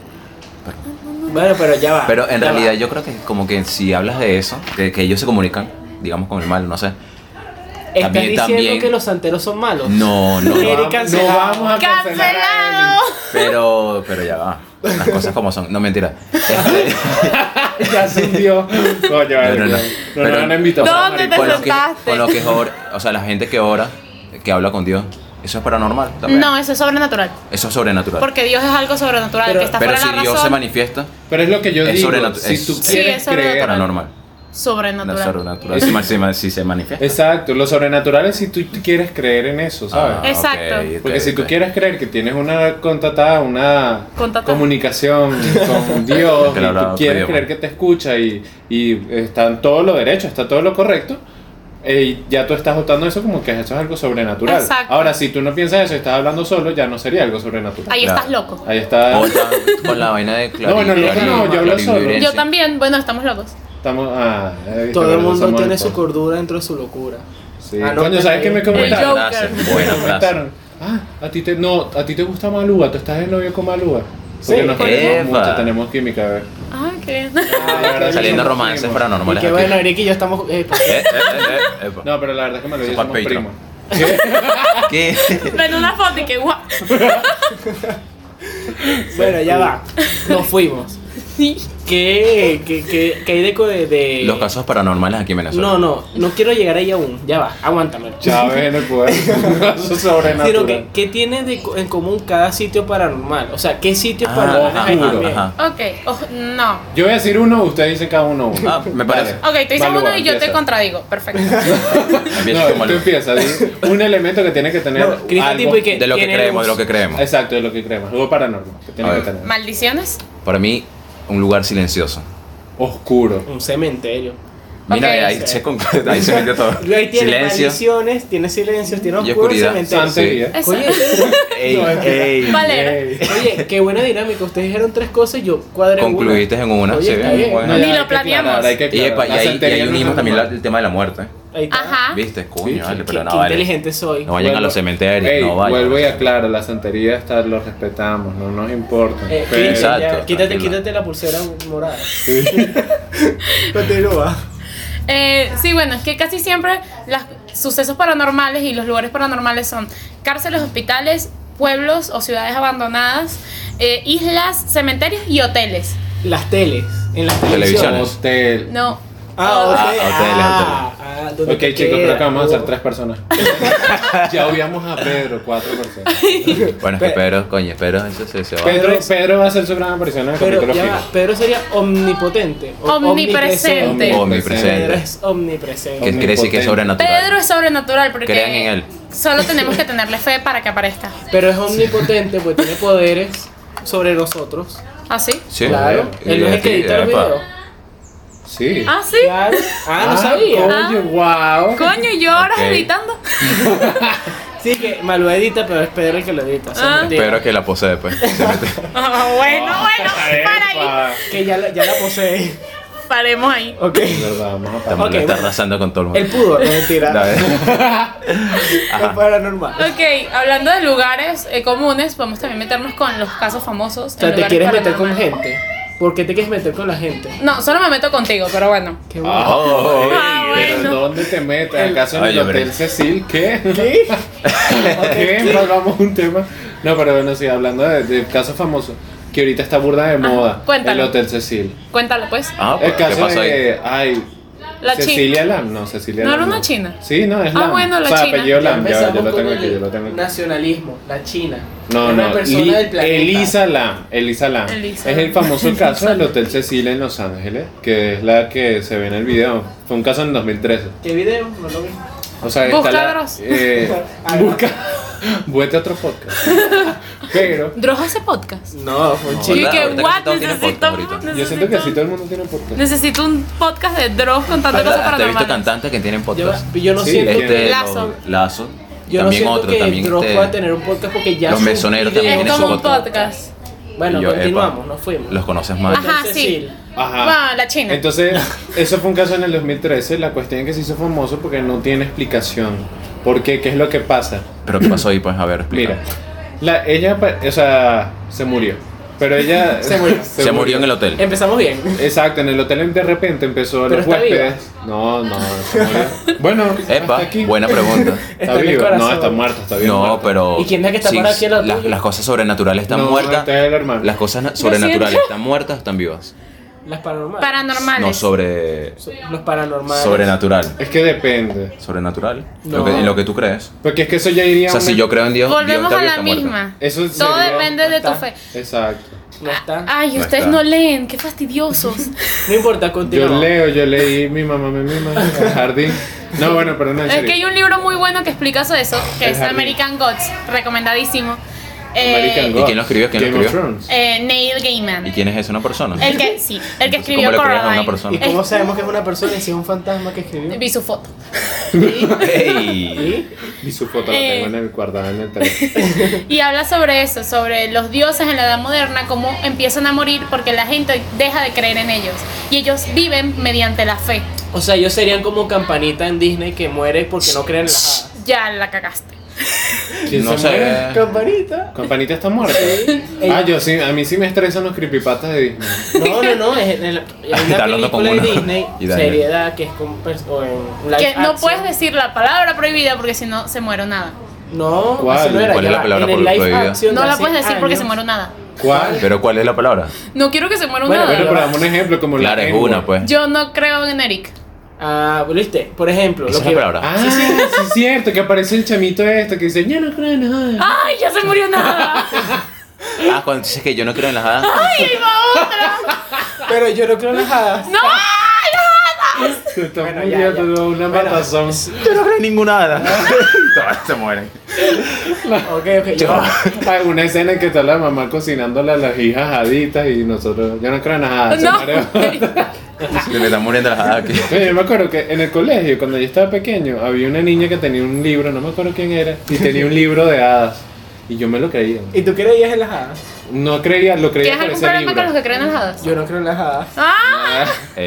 Speaker 3: Bueno, pero ya va.
Speaker 4: pero en
Speaker 3: ya va.
Speaker 4: realidad yo creo que como que si hablas de eso, de que ellos se comunican, digamos con el mal, no sé.
Speaker 3: ¿Estás
Speaker 4: también-
Speaker 3: diciendo
Speaker 4: también-
Speaker 3: que los santeros son malos?
Speaker 4: No, no.
Speaker 2: No
Speaker 3: Eric
Speaker 2: vamos- no
Speaker 3: cancelado.
Speaker 2: vamos a cancelar. a Eric.
Speaker 1: ¡Cancelado!
Speaker 4: Pero, pero ya va. Las cosas como son. No, mentira. Este,
Speaker 2: [laughs] Ya se hundió. Coño, vale,
Speaker 4: no, no.
Speaker 2: no,
Speaker 4: Pero-
Speaker 2: nos han invitado.
Speaker 1: ¿Dónde
Speaker 2: marico.
Speaker 1: te
Speaker 4: con lo que,
Speaker 1: sentaste?
Speaker 4: con lo que es or- o sea, la gente que ora, que habla con Dios, eso es paranormal también.
Speaker 1: No, eso es sobrenatural.
Speaker 4: Eso es sobrenatural.
Speaker 1: Porque Dios es algo sobrenatural
Speaker 3: Pero-
Speaker 1: que está
Speaker 4: Pero
Speaker 1: fuera
Speaker 4: si
Speaker 1: de la
Speaker 4: Dios se
Speaker 1: razón.
Speaker 4: manifiesta,
Speaker 2: Pero es lo que yo
Speaker 4: Es
Speaker 2: digo.
Speaker 4: sobrenatu-
Speaker 2: Si
Speaker 4: es-
Speaker 2: tú
Speaker 4: Sí,
Speaker 1: es
Speaker 2: quieres
Speaker 4: es
Speaker 2: creer.
Speaker 1: sobrenatural.
Speaker 4: paranormal. No es
Speaker 1: sobrenatural.
Speaker 4: sobrenatural. Si, ma- si ma- si se manifiesta.
Speaker 2: Exacto, lo sobrenatural es si tú quieres creer en eso, ¿sabes?
Speaker 4: Ah,
Speaker 1: Exacto.
Speaker 4: ok, ok,
Speaker 2: Porque si tú
Speaker 4: ok.
Speaker 2: quieres creer que tienes una contratada, una
Speaker 1: Contratada.
Speaker 2: comunicación
Speaker 4: [laughs]
Speaker 2: con Dios,
Speaker 4: Claro,
Speaker 2: y tú
Speaker 4: claro,
Speaker 2: quieres
Speaker 4: idioma.
Speaker 2: creer que te escucha y, y está en todo lo derecho, está todo lo correcto, eh, y ya tú estás votando eso como que eso es algo sobrenatural.
Speaker 1: Exacto.
Speaker 2: Ahora, si tú no piensas eso y estás hablando solo, ya no sería algo sobrenatural.
Speaker 1: Ahí
Speaker 4: Claro.
Speaker 1: estás loco.
Speaker 2: Ahí está.
Speaker 4: O la- con la vaina de
Speaker 2: No, bueno, no, no, yo hablo solo.
Speaker 4: clarividencia.
Speaker 1: Yo también, bueno, estamos locos.
Speaker 2: Estamos, ah, eh, viste,
Speaker 3: Todo el
Speaker 2: ¿verdad?
Speaker 3: mundo
Speaker 2: Somos
Speaker 3: tiene
Speaker 2: el
Speaker 3: su
Speaker 2: podcast.
Speaker 3: cordura dentro de su locura.
Speaker 2: Sí.
Speaker 3: Ah, no,
Speaker 2: Coño, ¿sabes qué me
Speaker 3: el
Speaker 4: Buena
Speaker 2: comentaron?
Speaker 4: frase,
Speaker 1: Joker.
Speaker 4: buena
Speaker 2: Me
Speaker 4: frase.
Speaker 2: comentaron, ah, a ti te, no, a ti te gusta Malúa, tú estás de novio con Malúa. Porque
Speaker 3: Sí.
Speaker 2: nos tenemos
Speaker 4: Eva.
Speaker 2: mucho, tenemos química, a ver.
Speaker 1: Ah, qué bien.
Speaker 2: La verdad es que
Speaker 4: Saliendo
Speaker 2: somos
Speaker 4: romances
Speaker 2: primos.
Speaker 3: Y
Speaker 4: paranormales.
Speaker 3: que
Speaker 4: aquí.
Speaker 3: bueno, Eric y yo estamos.
Speaker 4: [laughs]
Speaker 3: eh, pa-
Speaker 4: Eh, eh, eh, eh, epa.
Speaker 2: No, pero la verdad es que Malúa y yo
Speaker 4: Somos
Speaker 2: somos
Speaker 4: Patreon.
Speaker 2: primos.
Speaker 4: ¿Qué?
Speaker 1: Ven una foto y que guau.
Speaker 3: bueno, ya va. Nos fuimos. ¿Qué, qué, qué- qué hay de, co- de, de-
Speaker 4: Los casos paranormales aquí en Venezuela.
Speaker 3: No, no, no quiero llegar ahí aún. Ya va, aguántame.
Speaker 2: Chávez en el
Speaker 4: [laughs]
Speaker 2: poder. Eso es
Speaker 3: Sino
Speaker 2: sobrenatural.
Speaker 3: que, ¿qué tiene de co- en común cada sitio paranormal? O sea, ¿qué sitio
Speaker 4: Ah,
Speaker 3: paranormal hay
Speaker 4: ajá,
Speaker 3: también?
Speaker 4: ajá.
Speaker 1: Ok, oh, no.
Speaker 2: Yo voy a decir uno, ustedes dicen cada uno uno.
Speaker 4: Ah, me parece.
Speaker 1: Ok, tú dices
Speaker 2: Malúa,
Speaker 1: uno y yo te
Speaker 2: empieza.
Speaker 1: contradigo. Perfecto.
Speaker 4: Empieza
Speaker 2: No,
Speaker 4: como
Speaker 2: tú
Speaker 4: el-
Speaker 2: empiezas.
Speaker 4: [laughs]
Speaker 2: di Un elemento que tiene que tener
Speaker 3: No, Cristian
Speaker 2: algo.
Speaker 3: tipo y que-
Speaker 4: de lo que
Speaker 3: tiene
Speaker 4: creemos,
Speaker 3: luz.
Speaker 4: de lo que creemos.
Speaker 2: Exacto, de lo que creemos. Algo paranormal que tiene
Speaker 4: A
Speaker 2: que
Speaker 4: ver.
Speaker 2: tener.
Speaker 1: Maldiciones.
Speaker 4: Para mí, un lugar silencioso.
Speaker 2: Oscuro.
Speaker 3: Un cementerio.
Speaker 4: Mira,
Speaker 1: Ok,
Speaker 4: ahí,
Speaker 3: sí.
Speaker 4: se con- [laughs] ahí se
Speaker 3: [laughs]
Speaker 4: metió todo.
Speaker 3: Ahí tiene
Speaker 4: Silencio.
Speaker 3: maldiciones, tiene silencios, tiene
Speaker 4: Y
Speaker 3: oscuro
Speaker 4: oscuridad.
Speaker 3: cementerio.
Speaker 2: Santería.
Speaker 1: Exacto.
Speaker 3: Oye, [laughs]
Speaker 4: Ey,
Speaker 2: No, mentira.
Speaker 4: ey.
Speaker 1: Valera.
Speaker 3: oye, qué buena dinámica. Ustedes dijeron tres cosas y yo cuadré una.
Speaker 4: Concluiste en una.
Speaker 3: Oye,
Speaker 4: sí,
Speaker 3: está
Speaker 4: bien,
Speaker 3: bien.
Speaker 4: bueno.
Speaker 2: No, ya
Speaker 1: Ni
Speaker 2: hay
Speaker 1: lo
Speaker 2: que aclarar,
Speaker 1: planeamos.
Speaker 2: hay que
Speaker 4: Y,
Speaker 2: aclarar.
Speaker 4: epa, y
Speaker 2: La
Speaker 4: ahí, y
Speaker 2: santería
Speaker 4: ahí
Speaker 2: no es
Speaker 4: unimos también la-
Speaker 2: normal.
Speaker 4: el tema de la muerte.
Speaker 3: Ahí está.
Speaker 1: Ajá.
Speaker 4: ¿Viste?
Speaker 2: Sí,
Speaker 4: Coño, vale,
Speaker 3: Ah, Qué-
Speaker 4: pero no
Speaker 3: qué
Speaker 4: vale.
Speaker 3: inteligente soy.
Speaker 4: No vayan a los cementerios,
Speaker 2: Ey,
Speaker 4: no vayan.
Speaker 2: Vuelvo y aclaro, la santería hasta lo respetamos, no nos importa.
Speaker 3: Eh,
Speaker 2: Pero-
Speaker 3: quítate ya,
Speaker 4: Exacto,
Speaker 3: quítate,
Speaker 4: tranquila.
Speaker 3: quítate la pulsera morada. [laughs] Continúa.
Speaker 1: Eh, sí, bueno, es que casi siempre los sucesos paranormales y los lugares paranormales son cárceles, hospitales, pueblos o ciudades abandonadas, eh, islas, cementerios y hoteles.
Speaker 3: Las teles. En las
Speaker 4: Televisión.
Speaker 3: televisiones.
Speaker 2: Hotel.
Speaker 1: No.
Speaker 3: Ah,
Speaker 4: Ah,
Speaker 3: hotel.
Speaker 4: hoteles,
Speaker 3: Ah, ah, ¿dónde
Speaker 2: Ok,
Speaker 3: te
Speaker 2: chicos,
Speaker 3: queda?
Speaker 2: creo que vamos a hacer
Speaker 3: Oh.
Speaker 1: [laughs]
Speaker 2: tres personas. ya obviamos a Pedro, cuatro personas.
Speaker 4: Bueno, es que Pedro, coño, Pedro, eso se, se va.
Speaker 2: Pedro, Pedro va a hacer su gran aparición en el
Speaker 3: Pero
Speaker 2: capítulo
Speaker 3: ya va,
Speaker 2: fijo.
Speaker 3: Pedro sería omnipotente. o-
Speaker 1: Omnipresente.
Speaker 4: Omnipresente.
Speaker 3: Pedro es omnipresente.
Speaker 4: que quiere decir que
Speaker 2: Omnipotente.
Speaker 4: es sobrenatural.
Speaker 1: Pedro es sobrenatural porque
Speaker 4: Crean en él.
Speaker 1: solo tenemos que tenerle fe para que aparezca.
Speaker 3: Pero es omnipotente porque tiene poderes sobre nosotros.
Speaker 1: ¿Así?
Speaker 4: Sí,
Speaker 3: Claro.
Speaker 4: y
Speaker 3: Él no es el
Speaker 4: aquí,
Speaker 3: que edita el
Speaker 4: epa.
Speaker 3: video.
Speaker 2: Sí.
Speaker 1: ¿Ah, sí? Ah,
Speaker 3: Claro. Ah, no sabía.
Speaker 2: Oye, wow.
Speaker 1: Coño, ¿y yo ahora
Speaker 4: Ok.
Speaker 1: editando.
Speaker 3: Sí, que Malú edita, pero es Pedro el que lo edita. o sea,
Speaker 1: Ah.
Speaker 3: mentira.
Speaker 4: Pedro que la posee, pues.
Speaker 3: [laughs]
Speaker 4: Se mete.
Speaker 1: Ah, bueno, bueno, para ahí.
Speaker 3: Que ya la, ya la posee.
Speaker 1: Paremos ahí.
Speaker 3: Ok.
Speaker 2: Verdad, vamos a
Speaker 4: Está
Speaker 2: parar.
Speaker 4: mal,
Speaker 3: Ok,
Speaker 4: está
Speaker 3: bueno.
Speaker 4: arrasando con todo el mundo.
Speaker 3: El pudor,
Speaker 2: [laughs]
Speaker 3: no, mentira.
Speaker 4: Dale.
Speaker 3: [laughs] Es paranormal.
Speaker 1: Ok, hablando de lugares eh, comunes, podemos también meternos con los casos famosos.
Speaker 3: O sea,
Speaker 1: en
Speaker 3: te
Speaker 1: lugares
Speaker 3: quieres meter con
Speaker 1: paranormales.
Speaker 3: gente. ¿Por qué te quieres meter con la gente?
Speaker 1: No, solo me meto contigo, pero bueno.
Speaker 3: Qué
Speaker 2: Ah,
Speaker 3: bueno.
Speaker 4: Oh,
Speaker 1: Ah,
Speaker 4: ey,
Speaker 1: bueno.
Speaker 2: ¿Pero ¿Dónde te metes? ¿Acaso en el
Speaker 4: Oye, pero-
Speaker 2: Hotel Cecil? ¿Qué?
Speaker 3: ¿Qué?
Speaker 2: ¿Qué? Hablamos un tema. No, pero bueno, sí, hablando de, de casos famosos, que ahorita está burda de moda.
Speaker 1: cuéntalo.
Speaker 2: El Hotel Cecil.
Speaker 1: Cuéntalo, pues.
Speaker 4: Ah,
Speaker 2: El
Speaker 4: ¿qué
Speaker 2: caso
Speaker 4: pasó ahí?
Speaker 2: de. Ay.
Speaker 1: La
Speaker 2: Cecilia Lam, no, Cecilia
Speaker 1: ¿No
Speaker 2: Lam.
Speaker 1: era una china?
Speaker 2: Sí, no, es
Speaker 1: Ah,
Speaker 2: Lam.
Speaker 1: bueno, la
Speaker 2: o sea,
Speaker 1: china.
Speaker 2: apellido Lam, ya, va,
Speaker 3: Empezamos
Speaker 2: yo lo
Speaker 3: con
Speaker 2: tengo aquí,
Speaker 3: el
Speaker 2: yo lo tengo aquí.
Speaker 3: Nacionalismo, la China.
Speaker 2: No,
Speaker 3: Una
Speaker 2: no,
Speaker 3: persona
Speaker 2: Li-
Speaker 3: del planeta.
Speaker 2: Elisa Lam, Elisa Lam.
Speaker 1: Elisa
Speaker 2: Es
Speaker 1: Lam.
Speaker 2: el
Speaker 1: [laughs]
Speaker 2: famoso caso del Hotel Cecilia en Los Ángeles, que es la que se ve en el video. Fue un caso en 2013.
Speaker 3: ¿Qué video? No lo vi.
Speaker 2: O sea,
Speaker 1: Busca
Speaker 2: está la,
Speaker 1: Dross.
Speaker 3: [laughs]
Speaker 2: eh,
Speaker 3: Ay,
Speaker 2: busca, [laughs] vuelve a otro podcast.
Speaker 1: [laughs]
Speaker 2: Pero
Speaker 1: Dross hace podcast.
Speaker 3: No, fue un
Speaker 4: No,
Speaker 1: Y
Speaker 3: chiste.
Speaker 4: Hola,
Speaker 1: que,
Speaker 4: ahorita
Speaker 1: what,
Speaker 4: casi todo tiene
Speaker 1: necesito,
Speaker 4: podcast ahorita.
Speaker 2: yo siento que así todo el mundo tiene un podcast.
Speaker 1: necesito un podcast de Dross contando cosas
Speaker 4: Te he visto
Speaker 1: paranormales.
Speaker 4: cantantes que tienen
Speaker 3: Yo,
Speaker 4: podcast.
Speaker 3: yo no
Speaker 2: Sí,
Speaker 3: siento,
Speaker 2: es
Speaker 4: Este,
Speaker 1: Lazo.
Speaker 4: los- Lazo.
Speaker 3: yo no
Speaker 4: también
Speaker 3: siento
Speaker 4: otro,
Speaker 3: que
Speaker 4: también
Speaker 3: Dross
Speaker 4: este-
Speaker 3: pueda tener un podcast porque ya
Speaker 4: Los
Speaker 3: su
Speaker 4: mesoneros
Speaker 3: video-
Speaker 4: también
Speaker 1: Es
Speaker 4: tiene su
Speaker 1: como un
Speaker 4: podcast.
Speaker 1: podcast.
Speaker 3: Bueno,
Speaker 4: Y yo, epa,
Speaker 3: continuamos, nos fuimos.
Speaker 4: Los conoces más.
Speaker 1: Ajá, sí.
Speaker 3: Cecil.
Speaker 2: Ajá.
Speaker 1: Bueno, la China.
Speaker 2: Ah. Entonces, eso fue un caso en el 2013. La cuestión es que se hizo famoso porque no tiene explicación. ¿Por qué? ¿Qué es lo que pasa?
Speaker 4: Pero ¿qué pasó ahí? Pues a ver, explica.
Speaker 2: Mira, la, ella, pa- o sea, se murió. Pero ella
Speaker 3: [laughs] Se murió.
Speaker 4: Se murió en el hotel.
Speaker 3: Empezamos bien. [laughs]
Speaker 2: Exacto, en el hotel de repente empezó
Speaker 3: Pero
Speaker 2: los
Speaker 3: está viva.
Speaker 2: huéspedes. No, no, se
Speaker 3: [laughs]
Speaker 2: murió. Bueno,
Speaker 4: Epa,
Speaker 2: hasta aquí.
Speaker 4: buena pregunta.
Speaker 2: [laughs] Está,
Speaker 3: Está en el
Speaker 2: viva.
Speaker 3: corazón.
Speaker 2: No, está muerta, está bien.
Speaker 4: No,
Speaker 2: muerta.
Speaker 4: pero.
Speaker 3: ¿Y quién es la que está parada aquí al lado
Speaker 4: las,
Speaker 3: tuyo?
Speaker 4: las cosas sobrenaturales están
Speaker 2: No,
Speaker 4: muertas.
Speaker 2: este es el hermano.
Speaker 4: Las cosas na-
Speaker 1: Lo
Speaker 4: sobrenaturales
Speaker 1: siento.
Speaker 4: están muertas o están vivas.
Speaker 3: Las paranormales.
Speaker 1: Paranormales.
Speaker 4: No, sobre.
Speaker 3: So- Los paranormales.
Speaker 4: Sobrenatural.
Speaker 2: Es que depende.
Speaker 4: Sobrenatural.
Speaker 3: No.
Speaker 4: Lo que, en lo que tú crees.
Speaker 2: Porque es que eso ya iría.
Speaker 4: O sea,
Speaker 2: a
Speaker 4: si
Speaker 2: una-
Speaker 4: yo creo en Dios,
Speaker 1: Volvemos a
Speaker 4: Dios está vivo,
Speaker 1: la
Speaker 4: está muerto.
Speaker 1: misma.
Speaker 2: Eso
Speaker 1: Todo
Speaker 2: sería-
Speaker 1: depende de tu
Speaker 3: Está.
Speaker 1: fe.
Speaker 2: Exacto.
Speaker 3: No está.
Speaker 1: Ay,
Speaker 4: No
Speaker 1: ustedes
Speaker 4: está.
Speaker 1: no leen, qué
Speaker 2: [laughs]
Speaker 1: fastidiosos.
Speaker 3: No importa,
Speaker 2: Yo
Speaker 3: continúa.
Speaker 2: leo, yo leí, mi mamá me mima, el jardín. No, bueno, perdón, en
Speaker 1: es que
Speaker 2: serio.
Speaker 1: hay un libro muy bueno que explica sobre eso, que
Speaker 2: El
Speaker 1: es
Speaker 2: jardín.
Speaker 1: American Gods, recomendadísimo. Eh,
Speaker 2: American
Speaker 4: ¿Y
Speaker 2: God,
Speaker 4: quién lo escribió? ¿Quién lo
Speaker 2: Game of
Speaker 4: escribió?
Speaker 2: Thrones.
Speaker 1: eh, Neil
Speaker 4: ¿Y
Speaker 1: Gaiman.
Speaker 4: quién es esa una persona?
Speaker 1: El que, sí, el que
Speaker 4: Entonces,
Speaker 1: escribió
Speaker 4: ¿cómo le crees a una
Speaker 1: Coraline.
Speaker 4: persona?
Speaker 3: ¿Y cómo sabemos que es una persona y si es un fantasma que
Speaker 1: [laughs]
Speaker 3: escribió?
Speaker 1: Vi su foto.
Speaker 4: [laughs] Ey.
Speaker 2: Y su foto la
Speaker 1: Eh.
Speaker 2: tengo en el guardada en el teléfono.
Speaker 1: Y habla sobre eso, sobre los dioses en la edad moderna, cómo empiezan a morir porque la gente deja de creer en ellos. Y ellos viven mediante la fe.
Speaker 3: O sea, ellos serían como campanita en Disney que muere porque no creen en las hadas.
Speaker 1: Ya la cagaste.
Speaker 2: ¿Quién
Speaker 4: No
Speaker 2: se muere?
Speaker 4: sé.
Speaker 3: ¿Campanita?
Speaker 2: Campanita está muerta. Ah, yo sí, a mí sí me estresan los creepypastas de Disney.
Speaker 3: No, no, no. Es en el, hay
Speaker 4: Ah, está
Speaker 3: una
Speaker 4: hablando con
Speaker 3: película de
Speaker 4: uno.
Speaker 3: Disney,
Speaker 4: [laughs] Y Daniel.
Speaker 3: seriedad, que es con pers- o en live
Speaker 1: Que no
Speaker 3: action.
Speaker 1: puedes decir la palabra prohibida porque si no se muere nada.
Speaker 3: No,
Speaker 2: ¿Cuál?
Speaker 3: eso no era.
Speaker 4: ¿Cuál
Speaker 3: ya
Speaker 4: es la
Speaker 3: va,
Speaker 4: palabra
Speaker 3: en el
Speaker 4: pro-
Speaker 3: live
Speaker 4: prohibida?
Speaker 3: action de
Speaker 1: No la
Speaker 3: hace
Speaker 1: puedes decir porque se
Speaker 3: años.
Speaker 1: muere nada.
Speaker 2: ¿Cuál?
Speaker 4: Pero ¿cuál es la palabra?
Speaker 1: No quiero que se muera
Speaker 3: Bueno,
Speaker 1: nada.
Speaker 2: Bueno, pero dame un ejemplo como
Speaker 4: Claro,
Speaker 2: la
Speaker 4: es
Speaker 2: lengua.
Speaker 4: una, pues.
Speaker 1: Yo no creo en Eric.
Speaker 3: Ah, ¿viste? Por ejemplo,
Speaker 4: Esa es la palabra.
Speaker 2: Ah, sí, sí, es cierto, que aparece el chamito este que dice, yo no creo en nada.
Speaker 1: ¡Ay, ya se murió
Speaker 2: [laughs]
Speaker 1: nada!
Speaker 4: Ah, cuando dices que yo no creo en las hadas.
Speaker 1: ¡Ay, ahí va otra!
Speaker 3: Pero yo no creo en las hadas.
Speaker 1: ¡No!
Speaker 2: Se [laughs] está
Speaker 3: Bueno, ya,
Speaker 2: muriendo
Speaker 3: ya.
Speaker 2: una
Speaker 3: Bueno,
Speaker 2: matazón.
Speaker 4: Yo no creo en ninguna hada. [laughs] Todas se mueren.
Speaker 3: [laughs] Ok, ok.
Speaker 4: Yo-
Speaker 3: yo-
Speaker 2: Hay [laughs] una escena en que está la mamá cocinándole a las hijas haditas y nosotros, yo no creo en nada. Ah, se mareó.
Speaker 1: ¡No! [laughs]
Speaker 4: Se me están muriendo las hadas aquí.
Speaker 2: Oye, yo me acuerdo que en el colegio, cuando yo estaba pequeño, había una niña que tenía un libro, no me acuerdo quién era, y tenía un libro de hadas. Y yo me lo creía.
Speaker 3: ¿Y tú creías en las hadas?
Speaker 2: No creía, lo creía
Speaker 1: ¿Tienes
Speaker 2: por
Speaker 1: algún
Speaker 2: ese
Speaker 1: problema con los
Speaker 2: libro.
Speaker 1: que creen en las hadas?
Speaker 3: Yo no creo en las hadas.
Speaker 1: ¡Ah!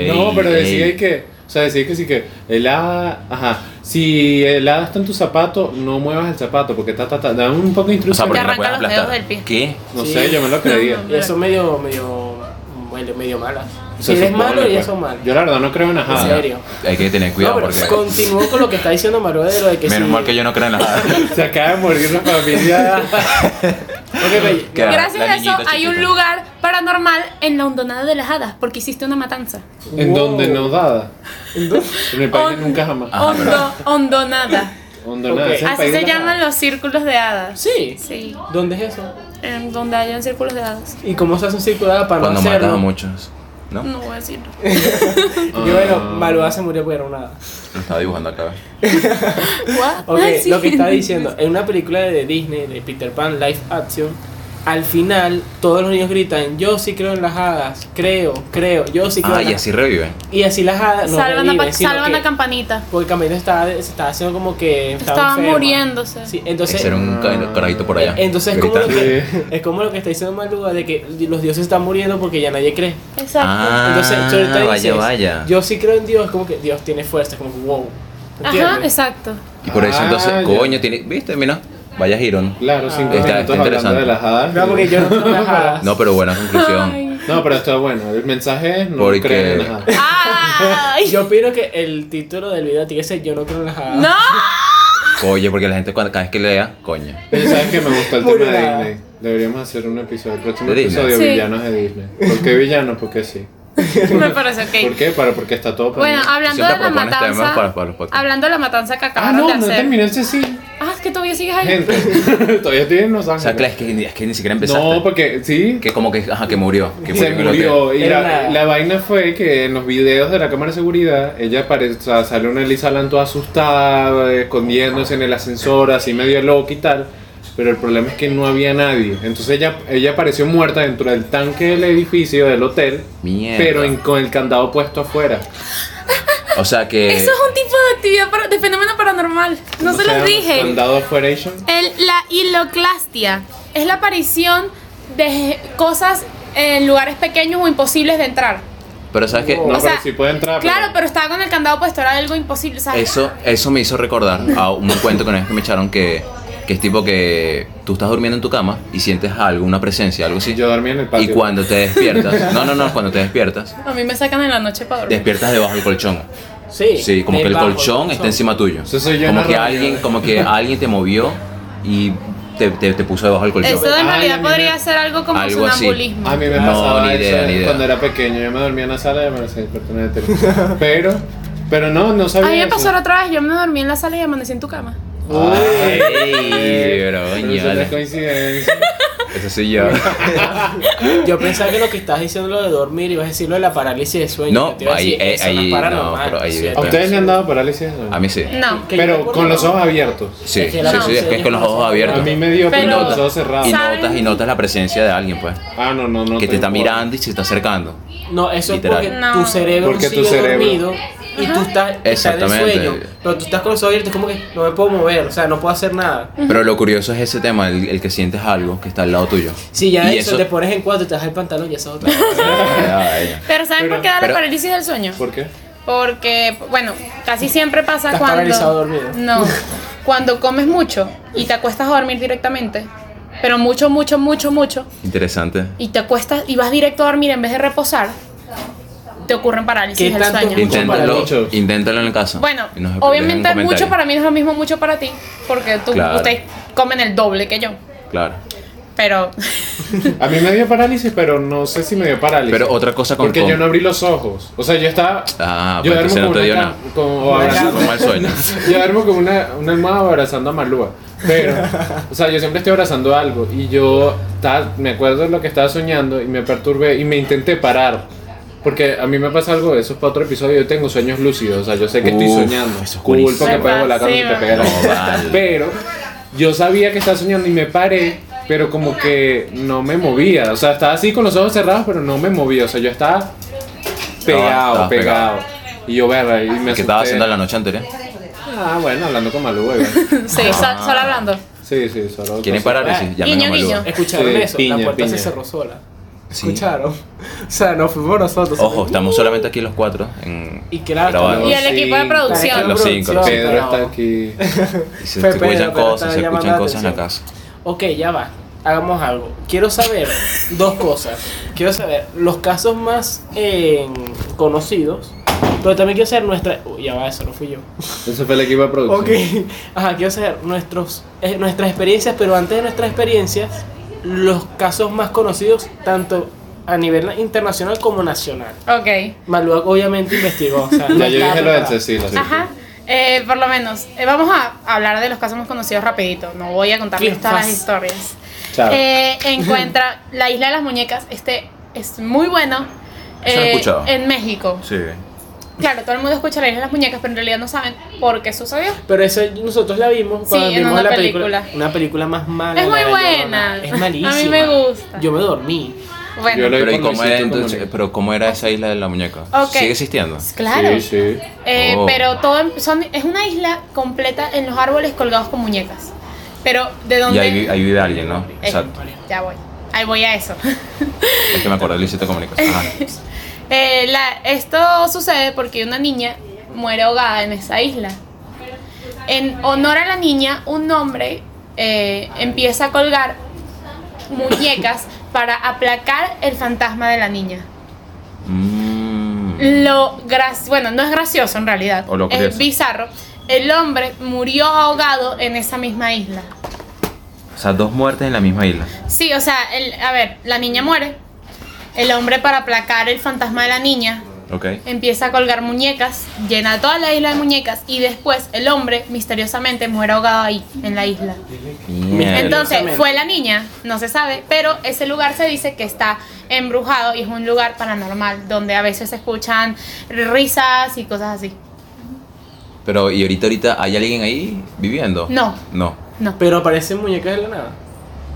Speaker 2: no, pero decía
Speaker 4: Ey,
Speaker 2: que, o sea, decía que sí que el hada, ajá, si el hada está en tu zapato, no muevas el zapato, porque ta, ta, ta, da un poco de
Speaker 4: O
Speaker 2: instrucción.
Speaker 4: sea, porque
Speaker 1: Te
Speaker 4: la puedes
Speaker 1: arranca los dedos del
Speaker 4: aplastar.
Speaker 1: pie.
Speaker 4: ¿Qué?
Speaker 2: no
Speaker 3: Sí.
Speaker 2: sé, yo me lo creía.
Speaker 1: No, no,
Speaker 3: Ellas son medio, medio, bueno, medio malas.
Speaker 2: O sea,
Speaker 3: Si eres
Speaker 2: supongo,
Speaker 3: malo, ellas
Speaker 2: pues.
Speaker 3: son malas.
Speaker 2: Yo la verdad no creo en
Speaker 3: En
Speaker 2: nada.
Speaker 3: serio.
Speaker 4: Ah, Hay que tener
Speaker 3: No,
Speaker 4: cuidado
Speaker 3: pero
Speaker 4: porque.
Speaker 3: continúo con lo que está diciendo Maruel de lo de que
Speaker 4: Menos
Speaker 3: sí.
Speaker 4: mal que yo no creo en
Speaker 1: [laughs]
Speaker 4: las hadas.
Speaker 2: Se acaba de morir la familia.
Speaker 3: Ok, ok.
Speaker 4: Que la-
Speaker 1: Gracias
Speaker 4: la
Speaker 1: a eso
Speaker 4: niñita
Speaker 1: hay un
Speaker 4: chiquita.
Speaker 1: lugar paranormal en la hondonada de las hadas porque hiciste una matanza.
Speaker 2: ¿En
Speaker 3: Wow.
Speaker 2: donde no dada?
Speaker 3: ¿En
Speaker 4: [laughs]
Speaker 3: dónde?
Speaker 2: En el país de
Speaker 1: On-
Speaker 2: nunca jamás.
Speaker 4: Ajá, pero-
Speaker 1: Hondo, hondonada.
Speaker 2: Hondo nada,
Speaker 3: Ah. Ok.
Speaker 2: ese es el
Speaker 1: Así
Speaker 2: país de
Speaker 1: se
Speaker 2: la
Speaker 1: llaman
Speaker 2: nada.
Speaker 1: los círculos de hadas.
Speaker 3: Sí.
Speaker 1: Sí,
Speaker 3: ¿Dónde es eso?
Speaker 1: en donde hayan círculos de hadas.
Speaker 3: ¿Y cómo se hace un circulada para no
Speaker 4: Cuando matas
Speaker 3: hacerlo?
Speaker 4: a muchos. ¿No?
Speaker 1: No voy a decirlo.
Speaker 3: Y bueno,
Speaker 2: Ah.
Speaker 3: Maruel se murió porque era una hada.
Speaker 4: Lo estaba dibujando acá.
Speaker 1: What?
Speaker 3: Ok,
Speaker 1: Ay, Ah, sí.
Speaker 3: lo que está diciendo, en una película de Disney, de Peter Pan, Live Action, al final todos los niños gritan, yo sí creo en las hadas, creo, creo, yo sí creo
Speaker 4: Ah,
Speaker 3: en
Speaker 4: y
Speaker 3: las
Speaker 4: así reviven.
Speaker 3: Y así las hadas
Speaker 1: [laughs]
Speaker 3: no
Speaker 1: Salvan, a, pa-
Speaker 3: reviven, sino
Speaker 1: salvan
Speaker 3: que-
Speaker 1: a campanita.
Speaker 3: Porque Camila estaba, se estaba haciendo como que estaba,
Speaker 1: Estaba
Speaker 3: enferma.
Speaker 1: muriéndose.
Speaker 3: Sí,
Speaker 4: Ese
Speaker 3: entonces, eh,
Speaker 4: era un ca- carajito por allá.
Speaker 3: entonces es, como lo
Speaker 4: gritando.
Speaker 3: que,
Speaker 2: Sí.
Speaker 3: es como lo que está diciendo Maluga de que los dioses están muriendo porque ya nadie cree.
Speaker 1: Exacto.
Speaker 4: Ah.
Speaker 3: Entonces, tú ahorita
Speaker 4: vaya,
Speaker 3: dices,
Speaker 4: vaya.
Speaker 3: Yo sí creo en Dios, es como que Dios tiene fuerza, es como que wow. ¿entiendes?
Speaker 1: Ajá, exacto.
Speaker 4: Y por eso
Speaker 2: Ah,
Speaker 4: entonces,
Speaker 2: ya.
Speaker 4: coño, tiene. ¿Viste? Mira, vaya girón.
Speaker 2: Claro, cinco
Speaker 4: Está-
Speaker 2: minutos
Speaker 4: está
Speaker 2: hablando
Speaker 4: interesante.
Speaker 2: de las hadas.
Speaker 3: Ah. No, porque yo no creo en las hadas.
Speaker 4: No, pero buena conclusión.
Speaker 1: Ay.
Speaker 2: No, pero está bueno. El mensaje es no
Speaker 4: Porque-
Speaker 2: creer en las hadas.
Speaker 1: Ay.
Speaker 3: Yo opino que el título del video tiene que ser Yo no creo en las hadas.
Speaker 1: No.
Speaker 4: Oye, porque la gente cuando- cada vez que lea, coño.
Speaker 2: Pero sabes que me gustó el
Speaker 3: Muy
Speaker 2: tema de
Speaker 3: nada.
Speaker 2: Disney. Deberíamos hacer un episodio, el próximo
Speaker 4: ¿De Disney?
Speaker 2: episodio
Speaker 1: Sí.
Speaker 2: villanos de Disney. ¿Por qué villanos? Porque sí.
Speaker 1: Me parece
Speaker 2: ¿Por
Speaker 1: ok.
Speaker 2: qué? Para porque está todo
Speaker 1: Bueno,
Speaker 2: perdido.
Speaker 1: hablando
Speaker 4: Siempre
Speaker 1: de la
Speaker 4: propones temas
Speaker 1: matanza.
Speaker 4: para- para los podcasts.
Speaker 1: hablando de la matanza que
Speaker 2: Ah,
Speaker 1: acabaron de
Speaker 2: no, no
Speaker 1: hacer.
Speaker 2: terminé ese sí.
Speaker 1: Ah, es que todavía sigues ahí.
Speaker 2: Gente, [laughs] todavía estoy en Los
Speaker 4: O sea,
Speaker 2: Ángeles.
Speaker 4: claro, es que, es que ni siquiera empezaste.
Speaker 2: no, porque sí.
Speaker 4: Que como que, ajá, que murió. Que
Speaker 2: se
Speaker 4: en el hotel.
Speaker 2: murió y
Speaker 3: Era
Speaker 2: la,
Speaker 3: una-
Speaker 2: la vaina fue que en los videos de la cámara de seguridad ella aparece, o sea, sale una Elisa Lam toda asustada, eh, escondiéndose en el ascensor, así medio loca y tal. Pero el problema es que no había nadie. Entonces ella, ella apareció muerta dentro del tanque del edificio del hotel,
Speaker 4: Mierda.
Speaker 2: pero en- con el candado puesto afuera.
Speaker 4: O sea que.
Speaker 1: Eso es un tipo de actividad para- de fenómeno paranormal. No
Speaker 2: ¿Cómo
Speaker 1: se los
Speaker 2: llama?
Speaker 1: dije.
Speaker 2: Candado afuera. Asian.
Speaker 1: El- la hiloclastia es la aparición de cosas en lugares pequeños o imposibles de entrar.
Speaker 4: Pero sabes que.
Speaker 3: No,
Speaker 2: No,
Speaker 1: o sea,
Speaker 2: pero sí puede entrar.
Speaker 1: Claro, pero estaba con el candado puesto, era algo imposible. ¿sabes?
Speaker 4: Eso, eso me hizo recordar a un cuento que una vez que me echaron que, que es tipo que tú estás durmiendo en tu cama y sientes algo, una presencia, algo así.
Speaker 2: Yo dormía en el
Speaker 4: Y
Speaker 2: patio.
Speaker 4: cuando te despiertas, no, no, no, cuando te despiertas,
Speaker 1: A mí me sacan en la noche para dormir.
Speaker 4: despiertas debajo del colchón.
Speaker 3: Sí,
Speaker 4: Sí, como que el
Speaker 3: debajo del
Speaker 4: colchón está encima tuyo.
Speaker 2: Eso soy yo
Speaker 4: Como
Speaker 2: en
Speaker 4: que
Speaker 2: la radio.
Speaker 4: alguien, como que alguien te movió y te, te- te puso debajo del colchón.
Speaker 1: Eso en
Speaker 2: Ay, a
Speaker 1: realidad
Speaker 2: mí
Speaker 1: podría
Speaker 2: me-
Speaker 1: ser algo como
Speaker 4: algo así.
Speaker 1: sonambulismo.
Speaker 2: A mí me
Speaker 4: No,
Speaker 2: pasaba
Speaker 4: ni idea,
Speaker 2: eso
Speaker 4: ni idea.
Speaker 2: cuando era pequeño. Yo me dormía en la sala y me despertaba en el teléfono. Pero, pero no, no
Speaker 1: A
Speaker 2: sabía.
Speaker 1: mí me
Speaker 2: eso.
Speaker 1: pasó la otra vez, yo me dormí en la sala y amanecí en tu cama.
Speaker 4: Ay,
Speaker 2: Pero
Speaker 4: broña,
Speaker 2: eso no es
Speaker 4: vale.
Speaker 2: coincidencia.
Speaker 4: Eso sí yo.
Speaker 3: Yo pensaba que lo que estás diciendo lo de dormir ibas a decir lo de la parálisis de sueño.
Speaker 4: No,
Speaker 3: Yo te iba a
Speaker 4: ahí-
Speaker 3: decir,
Speaker 4: eh,
Speaker 3: eso no es
Speaker 4: ahí, no,
Speaker 3: paranormal,
Speaker 4: pero ahí-
Speaker 3: ¿sí?
Speaker 2: ¿A ustedes le han dado parálisis?
Speaker 4: A mí sí.
Speaker 1: No.
Speaker 3: Que yo me
Speaker 2: Pero
Speaker 3: acuerdo,
Speaker 2: con los
Speaker 3: no.
Speaker 2: ojos abiertos.
Speaker 4: Sí,
Speaker 3: Es
Speaker 4: sí,
Speaker 3: que la
Speaker 4: sí, es que es con los ojos
Speaker 2: A
Speaker 4: abiertos.
Speaker 2: mí me dio
Speaker 1: Pero-
Speaker 2: pero con los ojos cerrados.
Speaker 4: Y
Speaker 1: ¿Saben?
Speaker 4: notas, y notas la presencia de alguien, pues.
Speaker 2: Ah, no, no, no.
Speaker 4: Que
Speaker 2: tengo
Speaker 4: te está
Speaker 2: por-
Speaker 4: mirando y se está acercando.
Speaker 3: No, eso
Speaker 4: Literal.
Speaker 3: es porque
Speaker 1: No.
Speaker 3: tu cerebro
Speaker 2: Porque tu
Speaker 3: sigue
Speaker 2: cerebro.
Speaker 3: dormido y tú estás, estás en
Speaker 4: Exactamente.
Speaker 3: sueño. Pero tú estás con los ojos abiertos, como que no me puedo mover, o sea, no puedo hacer nada.
Speaker 4: Pero lo curioso es ese tema, el, el que sientes algo que está al lado tuyo.
Speaker 3: Si ya
Speaker 4: Y
Speaker 3: eso, te pones en cuatro y te das el pantalón, ya es
Speaker 4: [laughs]
Speaker 3: otra. cosa.
Speaker 4: Ay,
Speaker 1: Pero ¿saben
Speaker 2: Pero-
Speaker 1: por qué da la
Speaker 4: pero-
Speaker 1: parálisis del sueño?
Speaker 2: ¿Por qué?
Speaker 1: Porque, bueno, casi siempre pasa
Speaker 3: Estás
Speaker 1: cuando.
Speaker 3: paralizado dormido. [laughs]
Speaker 1: No. Cuando comes mucho y te acuestas a dormir directamente. Pero mucho, mucho, mucho, mucho.
Speaker 4: Interesante.
Speaker 1: Y te acuestas y vas directo a dormir en vez de reposar. Te ocurren parálisis
Speaker 3: ¿Qué
Speaker 1: del
Speaker 3: tanto
Speaker 1: sueño.
Speaker 3: Mucho para
Speaker 4: Inténtalo,
Speaker 2: muchos.
Speaker 4: inténtalo en el caso.
Speaker 1: Bueno,
Speaker 4: Y nos dejan un
Speaker 1: obviamente
Speaker 4: comentario.
Speaker 1: mucho para mí no es lo mismo mucho para ti. Porque tú,
Speaker 4: Claro.
Speaker 1: ustedes comen el doble que yo.
Speaker 4: Claro.
Speaker 1: Pero. [laughs]
Speaker 2: A mí me dio parálisis, pero no sé si me dio parálisis.
Speaker 4: Pero otra cosa con-
Speaker 2: Porque
Speaker 4: con-
Speaker 2: yo no abrí los ojos. O sea, yo estaba.
Speaker 4: Ah,
Speaker 2: yo
Speaker 4: pues entonces no te dio nada.
Speaker 2: con, o
Speaker 3: Una
Speaker 2: abrazando-
Speaker 4: Fue
Speaker 2: [laughs]
Speaker 4: mal sueño.
Speaker 2: Yo duermo como una, una almohada abrazando a Malúa. Pero, o sea, yo siempre estoy abrazando algo. Y yo ta- me acuerdo de lo que estaba soñando y me perturbé y me intenté parar. Porque a mí me pasa algo de eso para otro episodio. Yo tengo sueños lúcidos. O sea, yo sé que estoy
Speaker 4: Uf,
Speaker 2: soñando.
Speaker 4: eso es
Speaker 2: Cool,
Speaker 4: buenísimo.
Speaker 2: porque puedes volar cuando
Speaker 1: Sí,
Speaker 2: te
Speaker 1: va.
Speaker 2: pega la
Speaker 4: No,
Speaker 2: gana.
Speaker 4: vale.
Speaker 2: Pero yo sabía que estaba soñando y me paré. Pero como que no me movía. O sea, estaba así con los ojos cerrados, pero no me movía. O sea, yo estaba pegado,
Speaker 4: estabas
Speaker 2: pegado. Y yo, verga, y me
Speaker 4: ¿Qué estaba
Speaker 2: asusté.
Speaker 4: haciendo la noche anterior?
Speaker 2: Ah, bueno, hablando con Malú,
Speaker 3: [laughs]
Speaker 2: güey.
Speaker 1: sí, sol-
Speaker 4: Ah.
Speaker 1: solo hablando.
Speaker 2: Sí, sí, solo.
Speaker 4: ¿Quieren
Speaker 2: cosas.
Speaker 4: parálisis? Llamen
Speaker 1: Guiño,
Speaker 4: a Maluma.
Speaker 1: guiño.
Speaker 3: ¿Escucharon
Speaker 2: Sí,
Speaker 3: eso? la
Speaker 2: piña,
Speaker 3: puerta se
Speaker 2: piña.
Speaker 3: cerró sola.
Speaker 4: Sí.
Speaker 3: ¿Escucharon? [laughs] O sea, no fuimos nosotros.
Speaker 4: Ojo, estamos solamente aquí los cuatro. En...
Speaker 3: Y claro,
Speaker 4: grabando.
Speaker 1: Y el equipo de
Speaker 2: Sí.
Speaker 1: producción.
Speaker 4: Los cinco, los
Speaker 2: Pedro está aquí.
Speaker 4: Y se
Speaker 3: Fue
Speaker 4: escuchan
Speaker 3: Pedro, pero
Speaker 4: cosas,
Speaker 3: estaba
Speaker 4: se
Speaker 3: llamando
Speaker 4: escuchan
Speaker 3: la
Speaker 4: cosas en la casa.
Speaker 3: atención. Ok, ya va. Hagamos algo. Quiero saber [laughs] dos cosas. Quiero saber los casos más eh, conocidos, pero también quiero saber nuestra. Uy, ya va, eso no fui yo.
Speaker 2: Ese fue el equipo de producción.
Speaker 3: Ok. Ajá, quiero saber nuestros, eh, nuestras experiencias, pero antes de nuestras experiencias, los casos más conocidos, tanto a nivel internacional como nacional.
Speaker 1: Ok.
Speaker 3: Malúa obviamente investigó. O sea, no
Speaker 2: [laughs] Ya yo
Speaker 3: estaba
Speaker 2: dije lo del
Speaker 3: preparado.
Speaker 2: Cecil. así que-
Speaker 1: Ajá. Eh, por lo menos, eh, vamos a hablar de los casos más conocidos rapidito. No voy a
Speaker 3: Qué
Speaker 1: contarles todas las
Speaker 3: fácil.
Speaker 1: historias.
Speaker 2: Chao.
Speaker 1: Eh,
Speaker 4: [laughs]
Speaker 1: encuentra la isla de las muñecas. Este es muy bueno.
Speaker 4: Eso lo he
Speaker 1: eh,
Speaker 4: escuchado.
Speaker 1: en México.
Speaker 4: Sí.
Speaker 1: Claro, todo el mundo escucha la isla de las muñecas, pero en realidad no saben por qué sucedió.
Speaker 3: Pero eso nosotros la vimos cuando
Speaker 1: Sí, en
Speaker 3: vimos
Speaker 1: una
Speaker 3: la película.
Speaker 1: película.
Speaker 3: Una película más mala.
Speaker 1: Es
Speaker 3: la
Speaker 1: muy
Speaker 3: de Llorona.
Speaker 1: buena.
Speaker 3: Es malísima.
Speaker 1: A mí me gusta.
Speaker 3: Yo me dormí.
Speaker 1: Bueno,
Speaker 2: Yo lo-
Speaker 4: Pero, ¿y
Speaker 2: con
Speaker 4: cómo
Speaker 2: Luisito
Speaker 4: era, entonces-
Speaker 2: Comunica.
Speaker 4: pero cómo era esa isla de la muñeca?
Speaker 1: Ok.
Speaker 4: ¿Sigue existiendo?
Speaker 1: claro.
Speaker 2: Sí, sí.
Speaker 1: Eh,
Speaker 4: Oh.
Speaker 1: Pero todo son, es una isla completa en los árboles colgados con muñecas. Pero de
Speaker 4: Y
Speaker 1: dónde.
Speaker 4: ahí, vi- ahí vive alguien, ¿no?
Speaker 1: Eh,
Speaker 4: Exacto.
Speaker 1: Ya voy. Ahí voy a eso.
Speaker 4: Es que me acuerdo, Luisito Comunica. Ajá.
Speaker 1: Eh, la- esto sucede porque una niña muere ahogada en esa isla. En honor a la niña, un hombre eh, empieza a colgar muñecas para aplacar el fantasma de la niña.
Speaker 4: Mm.
Speaker 1: Lo gra- bueno, no es gracioso en realidad,
Speaker 4: O lo
Speaker 1: es
Speaker 4: curioso.
Speaker 1: bizarro. El hombre murió ahogado en esa misma isla.
Speaker 4: O sea, dos muertes en la misma isla.
Speaker 1: Sí, o sea, el- a ver, la niña muere. El hombre para aplacar el fantasma de la niña
Speaker 4: Ok.
Speaker 1: empieza a colgar muñecas, llena toda la isla de muñecas y después el hombre misteriosamente muere ahogado ahí, en la isla.
Speaker 4: Mierda.
Speaker 1: Entonces,
Speaker 3: Misteriosamente.
Speaker 1: fue la niña, no se sabe, pero ese lugar se dice que está embrujado y es un lugar paranormal donde a veces se escuchan risas y cosas así.
Speaker 4: Pero, ¿y ahorita, ahorita, hay alguien ahí viviendo?
Speaker 1: No.
Speaker 4: No.
Speaker 1: No.
Speaker 3: Pero aparecen muñecas de la nada.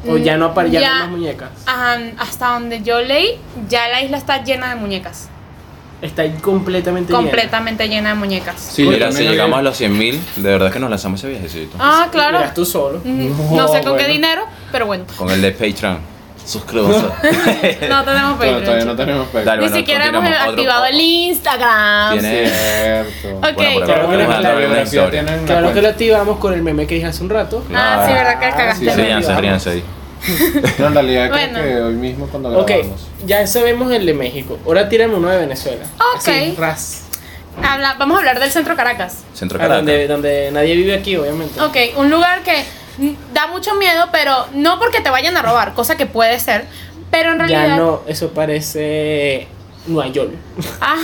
Speaker 3: O
Speaker 1: Mm,
Speaker 3: ya no aparecen
Speaker 1: ya.
Speaker 3: más muñecas.
Speaker 1: Ajá, hasta donde yo leí, ya la isla está llena de muñecas.
Speaker 3: Está ahí completamente llena.
Speaker 1: Completamente llena de muñecas.
Speaker 2: Sí, yo
Speaker 4: Mira,
Speaker 2: también
Speaker 4: si
Speaker 2: había-
Speaker 4: llegamos a los 100.000, de verdad que nos lanzamos ese viajecito.
Speaker 1: Ah,
Speaker 3: Y
Speaker 1: claro.
Speaker 3: eras tú solo.
Speaker 1: Mm, No,
Speaker 2: No,
Speaker 1: sé con qué
Speaker 2: bueno.
Speaker 4: [laughs]
Speaker 1: dinero, pero bueno.
Speaker 4: Con el de Patreon. Suscríbanse.
Speaker 1: No tenemos Patreon.
Speaker 2: Pero todavía no
Speaker 1: chicos.
Speaker 2: tenemos Patreon.
Speaker 4: Dale,
Speaker 1: Ni
Speaker 4: bueno,
Speaker 1: siquiera hemos
Speaker 4: continuamos. Otro-
Speaker 1: activado el Instagram.
Speaker 4: Tiene-
Speaker 2: Cierto.
Speaker 1: Ok.
Speaker 4: Bueno, por
Speaker 2: Qué
Speaker 4: ahora
Speaker 2: bueno
Speaker 4: tenemos
Speaker 2: que la
Speaker 4: que darle una
Speaker 2: biografía
Speaker 4: historia.
Speaker 2: tiene una
Speaker 3: Claro que lo
Speaker 2: cuenta.
Speaker 3: activamos con el meme que dije hace un rato.
Speaker 1: Ah, sí, verdad que cagaste.
Speaker 2: sí,
Speaker 1: el
Speaker 2: sí,
Speaker 1: meme.
Speaker 2: ya.
Speaker 4: Síganse, ríanse ahí.
Speaker 2: No, en realidad
Speaker 1: Bueno.
Speaker 2: creo que hoy mismo cuando
Speaker 3: Ok,
Speaker 2: grabamos.
Speaker 3: ya sabemos el de México. Ahora tírame uno de Venezuela.
Speaker 1: Ok.
Speaker 3: Así, ras.
Speaker 1: Habla- vamos a hablar del centro Caracas.
Speaker 4: Centro
Speaker 3: Ah, donde,
Speaker 4: Caracas.
Speaker 3: donde nadie vive aquí, obviamente.
Speaker 1: Ok, un lugar que mm, da mucho miedo, pero no porque te vayan a robar, cosa que puede ser, pero en realidad.
Speaker 3: Ya no, eso parece Nueva York.
Speaker 1: Ah,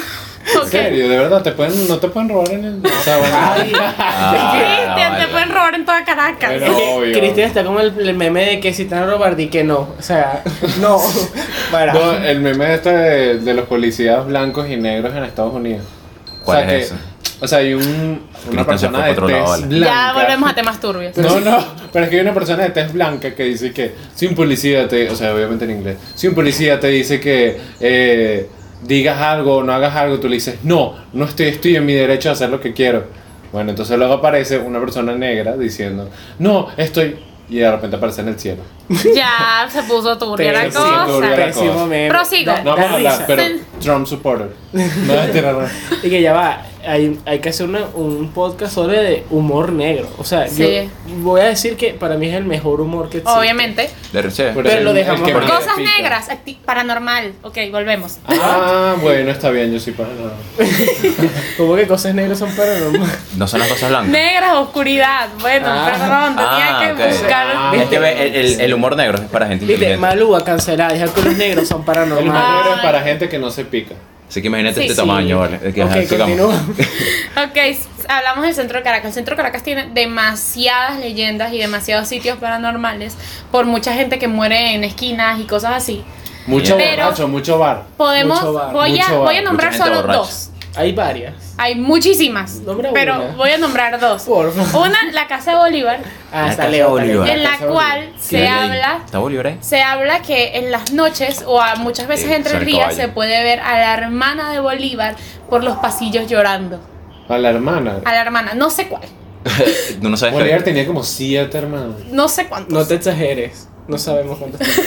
Speaker 2: ¿En
Speaker 1: ok.
Speaker 2: serio? De verdad, te pueden, no te pueden robar en
Speaker 3: [laughs]
Speaker 2: el. O sea, bueno, [laughs]
Speaker 4: Ah,
Speaker 1: Cristian, te
Speaker 4: vale.
Speaker 1: pueden robar en toda Caracas.
Speaker 2: Pero [laughs] obvio.
Speaker 3: Cristian está como el, el meme de que si te van a robar, di que no. O sea, [laughs] no. Para.
Speaker 2: No, el meme este de, de los policías blancos y negros en Estados Unidos.
Speaker 4: ¿Cuál
Speaker 2: o sea
Speaker 4: es
Speaker 2: que-
Speaker 4: ese?
Speaker 2: O sea, hay un, una
Speaker 4: Cristian
Speaker 2: persona
Speaker 4: se fue
Speaker 2: de
Speaker 4: por otro lado,
Speaker 2: tez
Speaker 4: vale.
Speaker 2: blanca.
Speaker 1: Ya volvemos a temas turbios.
Speaker 2: No, no, pero es que hay una persona de tez blanca que dice que si un policía te, o sea, obviamente en inglés, si un policía te dice que eh, digas algo o no hagas algo, tú le dices, no, no estoy, estoy en mi derecho a hacer lo que quiero. Bueno, entonces luego aparece una persona negra diciendo, no, estoy, y de repente aparece en el cielo.
Speaker 1: Ya se puso turbia la
Speaker 2: Sí, se puso turbia
Speaker 1: cosa.
Speaker 2: la-
Speaker 3: pésimo meme.
Speaker 1: Prosigo.
Speaker 3: Da-
Speaker 2: No
Speaker 3: da
Speaker 2: vamos a hablar,
Speaker 3: risa.
Speaker 2: pero
Speaker 1: Sí.
Speaker 2: Trump
Speaker 3: [laughs]
Speaker 2: supporter. No, mentira, no.
Speaker 3: Y que ya va, hay, hay que hacer una- un podcast sobre de humor negro. O sea,
Speaker 1: Sí.
Speaker 3: yo voy a decir que para mí es el mejor humor que existe.
Speaker 1: Obviamente.
Speaker 4: De Richie.
Speaker 2: Pero, es el-
Speaker 3: lo dejamos
Speaker 2: el que
Speaker 3: por-
Speaker 2: más
Speaker 1: Cosas
Speaker 2: pica.
Speaker 1: negras, acti- paranormal. Ok, volvemos.
Speaker 2: Ah, bueno, está bien, yo sí para nada.
Speaker 3: Como que cosas negras son paranormales.
Speaker 4: [laughs] No son las cosas blancas.
Speaker 1: Negras, oscuridad. Bueno,
Speaker 3: Ah.
Speaker 1: perdón, tenía
Speaker 4: Ah,
Speaker 1: que
Speaker 4: ok.
Speaker 1: buscar.
Speaker 2: Ah.
Speaker 4: Es que ve, el, el- el humor negro es para gente
Speaker 3: Viste,
Speaker 4: inteligente.
Speaker 3: Malúa cancelada, dijo que los negros son
Speaker 2: El humor
Speaker 3: paranormales. Ah.
Speaker 2: negro es
Speaker 1: Ay.
Speaker 2: para gente que no se pica.
Speaker 4: Así que imagínate
Speaker 1: Sí,
Speaker 4: este
Speaker 1: sí.
Speaker 4: tamaño, ¿vale? Es que, ajá,
Speaker 3: Ok,
Speaker 4: sigamos.
Speaker 3: continúa.
Speaker 4: [laughs]
Speaker 1: Ok, s- hablamos del centro de Caracas. El centro de Caracas tiene demasiadas leyendas y demasiados sitios paranormales por mucha gente que muere en esquinas y cosas así.
Speaker 2: Mucho
Speaker 1: Pero-
Speaker 2: borracho, mucho bar.
Speaker 1: Podemos,
Speaker 3: Mucho bar,
Speaker 1: voy, a,
Speaker 2: mucho bar,
Speaker 1: voy a nombrar
Speaker 4: mucha gente
Speaker 1: solo
Speaker 4: borracha.
Speaker 1: dos.
Speaker 3: Hay varias.
Speaker 1: Hay muchísimas,
Speaker 3: Nombra
Speaker 1: pero
Speaker 3: una. Oh.
Speaker 1: voy a nombrar dos.
Speaker 3: Porfa.
Speaker 1: Una, la Casa de Bolívar,
Speaker 3: Ah,
Speaker 4: La
Speaker 3: está
Speaker 4: Casa
Speaker 3: Leo.
Speaker 4: de
Speaker 3: está Leo.
Speaker 4: Bolívar.
Speaker 1: en la
Speaker 2: Casa de
Speaker 1: cual se
Speaker 4: Mira, ahí.
Speaker 1: habla
Speaker 4: ¿Está
Speaker 2: [laughs]
Speaker 4: Bolívar ahí?
Speaker 1: Se habla que en las noches o a muchas veces
Speaker 4: Eh,
Speaker 1: entre el
Speaker 4: sobre el
Speaker 1: día
Speaker 4: caballo.
Speaker 1: se puede ver a la hermana de Bolívar por los pasillos llorando.
Speaker 2: A la hermana.
Speaker 1: A la hermana, no sé cuál,
Speaker 2: Este
Speaker 4: Tú no sabes
Speaker 2: Bolívar
Speaker 4: qué.
Speaker 2: tenía como siete hermanas.
Speaker 1: no sé cuántos.
Speaker 3: No te exageres. No sabemos cuántas.
Speaker 4: [laughs]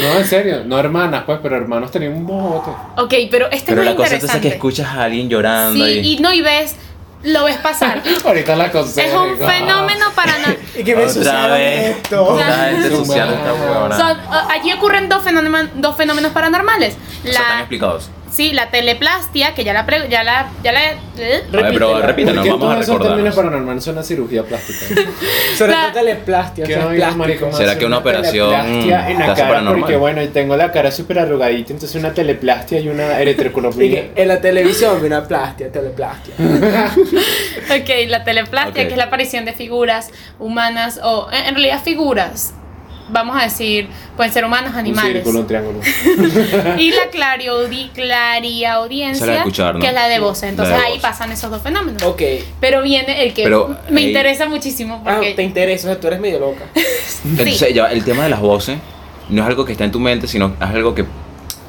Speaker 2: No, en serio. No hermanas, pues, pero hermanos tenían un bojote.
Speaker 1: Ok, pero este no
Speaker 4: Pero
Speaker 1: es
Speaker 4: la cosa es esa
Speaker 1: interesante.
Speaker 4: que escuchas a alguien llorando
Speaker 1: sí,
Speaker 4: ahí.
Speaker 1: y no y ves, lo ves
Speaker 4: [laughs]
Speaker 1: pasar.
Speaker 2: Ahorita la ah. consejo.
Speaker 1: es un fenómeno paranormal.
Speaker 3: ¿Y qué
Speaker 4: Otra vez. este Otra
Speaker 1: [laughs]
Speaker 4: gente
Speaker 2: Su
Speaker 4: ensuciando esta
Speaker 2: madre.
Speaker 4: huevona.
Speaker 1: Son- eh, allí ocurren dos, fenómenos dos fenómenos paranormales.
Speaker 4: O sea, están
Speaker 1: La,
Speaker 4: explicados.
Speaker 1: sí, la teleplastia, que ya la... pre- ya la, ya la eh,
Speaker 4: A ver, pero repítanos,
Speaker 2: Porque
Speaker 4: vamos a
Speaker 2: todos esos términos
Speaker 4: recordarnos.
Speaker 2: paranormales son una cirugía plástica.
Speaker 3: Mm, Sobre
Speaker 1: La-
Speaker 3: todo teleplastia. o
Speaker 2: ¿Qué
Speaker 3: sea,
Speaker 2: vaina,
Speaker 3: plástico.
Speaker 2: marico, más
Speaker 4: ¿Será que una operación
Speaker 2: teleplastia en
Speaker 4: te
Speaker 2: la
Speaker 4: hace
Speaker 2: cara?
Speaker 4: paranormal?
Speaker 2: Porque bueno, tengo la cara súper arrugadita, entonces una teleplastia y una
Speaker 3: [laughs] Y
Speaker 2: erectocromía.
Speaker 3: que en la televisión vi una plastia, teleplastia.
Speaker 1: Ok, la teleplastia,
Speaker 4: Ok.
Speaker 1: que es la aparición de figuras humanas o en en realidad figuras, vamos a decir, pueden ser humanos,
Speaker 2: un
Speaker 1: animales.
Speaker 2: círculo, un triángulo.
Speaker 1: Y la clariaudi,
Speaker 4: Esa la de
Speaker 1: clariaudiencia,
Speaker 4: escuchar, ¿no?
Speaker 1: que es la de voces. Entonces
Speaker 4: de
Speaker 1: ahí
Speaker 4: voces.
Speaker 1: pasan esos dos fenómenos.
Speaker 3: Ok.
Speaker 1: Pero viene el que
Speaker 4: Pero
Speaker 1: me
Speaker 4: ahí-
Speaker 1: interesa muchísimo
Speaker 3: Ah,
Speaker 1: porque...
Speaker 3: te interesa, o sea, tú eres medio loca.
Speaker 4: Entonces, ya, el tema de las voces no es algo que está en tu mente, sino es algo que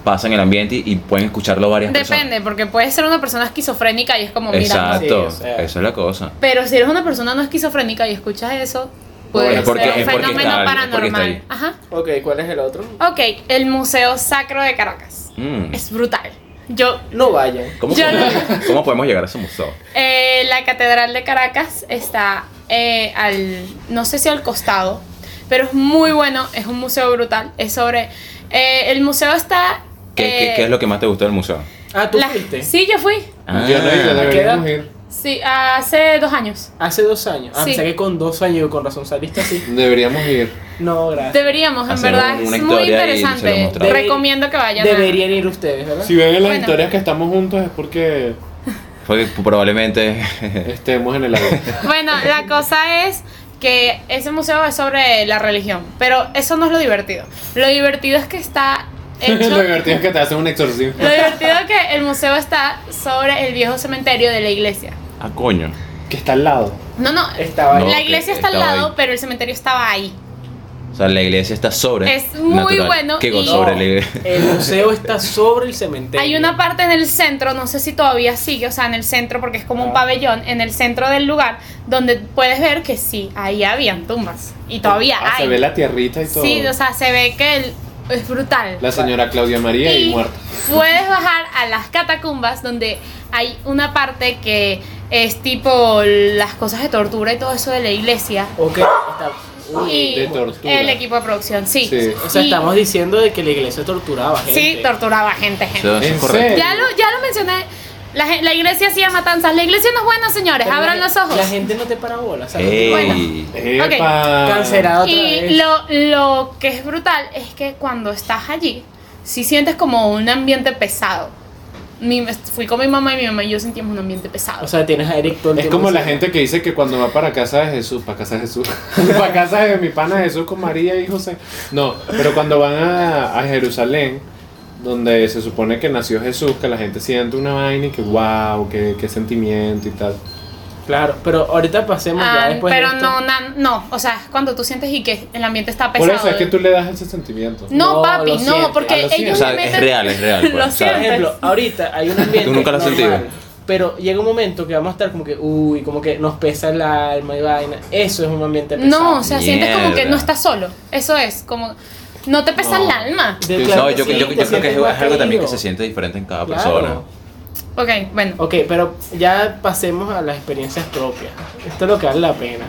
Speaker 4: pasa en el ambiente y, y pueden escucharlo varias personas.
Speaker 1: Depende, porque puedes ser una persona esquizofrénica y es como, mira, no.
Speaker 4: Exacto,
Speaker 3: Sí, o sea.
Speaker 4: esa es la cosa.
Speaker 1: Pero si eres una persona no esquizofrénica y escuchas eso,
Speaker 4: Bueno,
Speaker 1: puede
Speaker 4: es porque-
Speaker 1: ser un
Speaker 4: es porque
Speaker 1: fenómeno
Speaker 4: está- es porque está
Speaker 1: paranormal.
Speaker 4: ahí.
Speaker 1: Ajá.
Speaker 3: Ok, ¿cuál es el otro?
Speaker 1: Ok, el Museo Sacro de Caracas.
Speaker 4: Mm.
Speaker 1: Es brutal. Yo,
Speaker 3: No vayan.
Speaker 4: ¿Cómo,
Speaker 1: Yo
Speaker 4: podemos, cómo podemos llegar a ese museo?
Speaker 1: eh, la Catedral de Caracas está eh, al, no sé si al costado, pero es muy bueno, es un museo brutal. Es sobre, eh, el museo está...
Speaker 4: ¿Qué, qué-
Speaker 1: eh,
Speaker 4: qué es lo que más te gustó del museo?
Speaker 3: Ah, tú
Speaker 1: la-
Speaker 3: fuiste.
Speaker 1: Sí, yo fui.
Speaker 2: Yo no
Speaker 4: Ah.
Speaker 2: yo deberíamos ir.
Speaker 1: Sí, hace dos años.
Speaker 3: Hace dos años. Ah,
Speaker 1: Sí.
Speaker 3: pensé que con dos años con razón saliste así.
Speaker 2: Deberíamos ir.
Speaker 3: No, gracias.
Speaker 1: Deberíamos, en
Speaker 4: Hacer
Speaker 1: verdad,
Speaker 4: un- una
Speaker 1: es muy
Speaker 4: historia y se lo
Speaker 1: interesante.
Speaker 4: mostramos.
Speaker 1: Recomiendo que vayan. a-
Speaker 3: Deberían ir ustedes, ¿verdad?
Speaker 2: Si ven en las
Speaker 1: Bueno.
Speaker 2: historias que estamos juntos es
Speaker 4: [laughs]
Speaker 2: porque
Speaker 4: Ah, Fue que
Speaker 3: [laughs]
Speaker 4: probablemente
Speaker 2: estemos en el avión.
Speaker 1: Bueno, la cosa es que ese museo es sobre la religión, pero eso no es lo divertido. Lo divertido es que está hecho...
Speaker 2: [laughs] [laughs] Lo divertido es que te hacen un exorcismo.
Speaker 1: Lo divertido es que el museo está sobre el viejo cementerio de la iglesia.
Speaker 4: Ah, coño.
Speaker 2: Que está al lado.
Speaker 1: No, no.
Speaker 3: Estaba ahí.
Speaker 4: No.
Speaker 1: la iglesia
Speaker 4: que
Speaker 1: está al
Speaker 4: estaba
Speaker 1: lado,
Speaker 4: ahí.
Speaker 1: pero el cementerio estaba ahí.
Speaker 4: O sea, la iglesia está sobre.
Speaker 1: Es muy bueno
Speaker 4: ¿Qué
Speaker 1: y-
Speaker 4: cosa sobre
Speaker 1: [laughs]
Speaker 4: la iglesia?
Speaker 3: El museo está sobre el cementerio.
Speaker 1: Hay una parte en el centro, no sé si todavía sigue, o sea, en el centro, porque es como un
Speaker 3: Ah.
Speaker 1: pabellón, en el centro del lugar, donde puedes ver que sí, ahí habían tumbas. Y todavía
Speaker 2: Ah,
Speaker 1: hay.
Speaker 2: Se ve la tierrita y todo.
Speaker 1: Sí, o sea, se ve que el- es brutal.
Speaker 2: La señora Claudia María y, muerta.
Speaker 1: Puedes bajar a las catacumbas donde hay una parte que es tipo las cosas de tortura y todo eso de la iglesia.
Speaker 3: Ok, está- uy.
Speaker 1: Y
Speaker 2: de tortura.
Speaker 1: el equipo de producción, sí.
Speaker 2: Sí.
Speaker 3: O sea,
Speaker 1: Y-
Speaker 3: estamos diciendo de que la iglesia torturaba gente.
Speaker 1: Sí, torturaba gente, gente.
Speaker 4: Eso, eso
Speaker 2: ¿En
Speaker 4: es correcto.
Speaker 1: Ya lo, ya lo mencioné. La, gen- la iglesia hacía matanzas. La iglesia no es buena, señores.
Speaker 3: Pero
Speaker 1: Abran
Speaker 3: la-
Speaker 1: los ojos.
Speaker 3: La gente no te para bola, ¿sabes?
Speaker 4: Ey.
Speaker 2: ¡Epa!
Speaker 3: Cancelado otra
Speaker 1: Y
Speaker 3: vez.
Speaker 1: lo, lo que es brutal es que cuando estás allí, si sientes como un ambiente pesado. Mi- fui con mi mamá y mi mamá y yo sentíamos un ambiente pesado.
Speaker 3: O sea, tienes a Eric todo el
Speaker 2: Es
Speaker 3: tiempo
Speaker 2: como la
Speaker 3: encima.
Speaker 2: gente que dice que cuando va para casa de Jesús, para casa de Jesús, [laughs] para casa de mi pana Jesús con María y José. No, pero cuando van a, a Jerusalén, donde se supone que nació Jesús, que la gente siente una vaina y que wow, que, que sentimiento y tal.
Speaker 3: Claro, pero ahorita pasemos
Speaker 1: Ah,
Speaker 3: ya después. de
Speaker 1: pero
Speaker 3: esto.
Speaker 1: no, na- no, o sea, es cuando tú sientes y que el ambiente está pesado. ¿eh?
Speaker 2: Por eso es que tú le das ese sentimiento.
Speaker 1: No,
Speaker 3: No,
Speaker 1: papi,
Speaker 3: lo
Speaker 1: no,
Speaker 3: sientes,
Speaker 1: porque
Speaker 2: ah, lo
Speaker 1: ellos
Speaker 2: sientes.
Speaker 4: O sea,
Speaker 1: le
Speaker 4: es
Speaker 1: meten-
Speaker 4: real, es real.
Speaker 1: [laughs]
Speaker 4: pues,
Speaker 1: Lo
Speaker 4: o sea,
Speaker 1: siento.
Speaker 3: Por ejemplo, ahorita hay un ambiente.
Speaker 4: [laughs] Tú nunca lo has
Speaker 3: normal,
Speaker 4: sentido.
Speaker 3: Pero llega un momento que vamos a estar como que, uy, como que nos pesa el alma y vaina. Eso es un ambiente pesado.
Speaker 1: No, o sea, sientes como que
Speaker 4: Mierda.
Speaker 1: no estás solo. Eso es, como no te pesa
Speaker 2: No.
Speaker 1: el alma.
Speaker 3: De-
Speaker 2: No,
Speaker 3: claro
Speaker 4: No,
Speaker 3: que
Speaker 4: yo,
Speaker 3: sí,
Speaker 4: yo,
Speaker 3: te
Speaker 4: yo creo que
Speaker 3: sientes
Speaker 4: es
Speaker 3: más
Speaker 4: algo también que
Speaker 3: querido.
Speaker 4: se siente diferente en cada
Speaker 3: Claro.
Speaker 4: persona.
Speaker 1: Ok, bueno.
Speaker 3: Ok, pero ya pasemos a las experiencias propias. Esto es lo que vale la pena.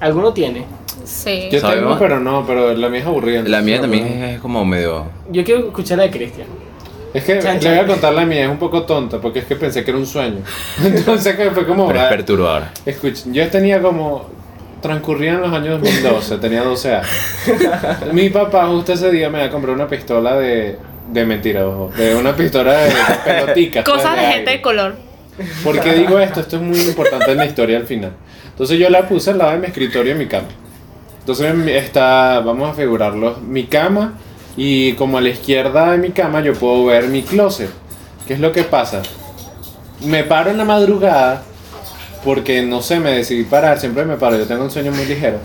Speaker 3: ¿Alguno tiene?
Speaker 1: Sí.
Speaker 2: Yo
Speaker 4: ¿Sabes
Speaker 2: tengo,
Speaker 4: más?
Speaker 2: pero no, pero la mía es aburrida.
Speaker 4: La mía
Speaker 2: entonces,
Speaker 4: también
Speaker 2: no.
Speaker 4: es como medio.
Speaker 3: Yo quiero escuchar la de Cristian.
Speaker 2: Es que
Speaker 3: Chan,
Speaker 2: le voy a
Speaker 3: chan.
Speaker 2: contar la mía, es un poco tonta, porque es que pensé que era un sueño. [laughs] Entonces que fue como...
Speaker 4: Pero es
Speaker 2: ah,
Speaker 4: perturbador.
Speaker 2: Escuchen, yo tenía como. Transcurrían los años 2012, tenía 12 años. Mi papá justo ese día me había comprado una pistola de. De mentira, ojo. De una pistola de pelotica. pues,
Speaker 1: Cosas de gente de color.
Speaker 2: ¿Por qué digo esto? Esto es muy importante en la historia al final. Entonces yo la puse al lado de mi escritorio y mi cama. Entonces en mi- está, vamos a figurarlo, mi cama y como a la izquierda de mi cama yo puedo ver mi closet. ¿Qué es lo que pasa? Me paro en la madrugada porque no sé, me decidí parar, siempre me paro, yo tengo un sueño muy ligero.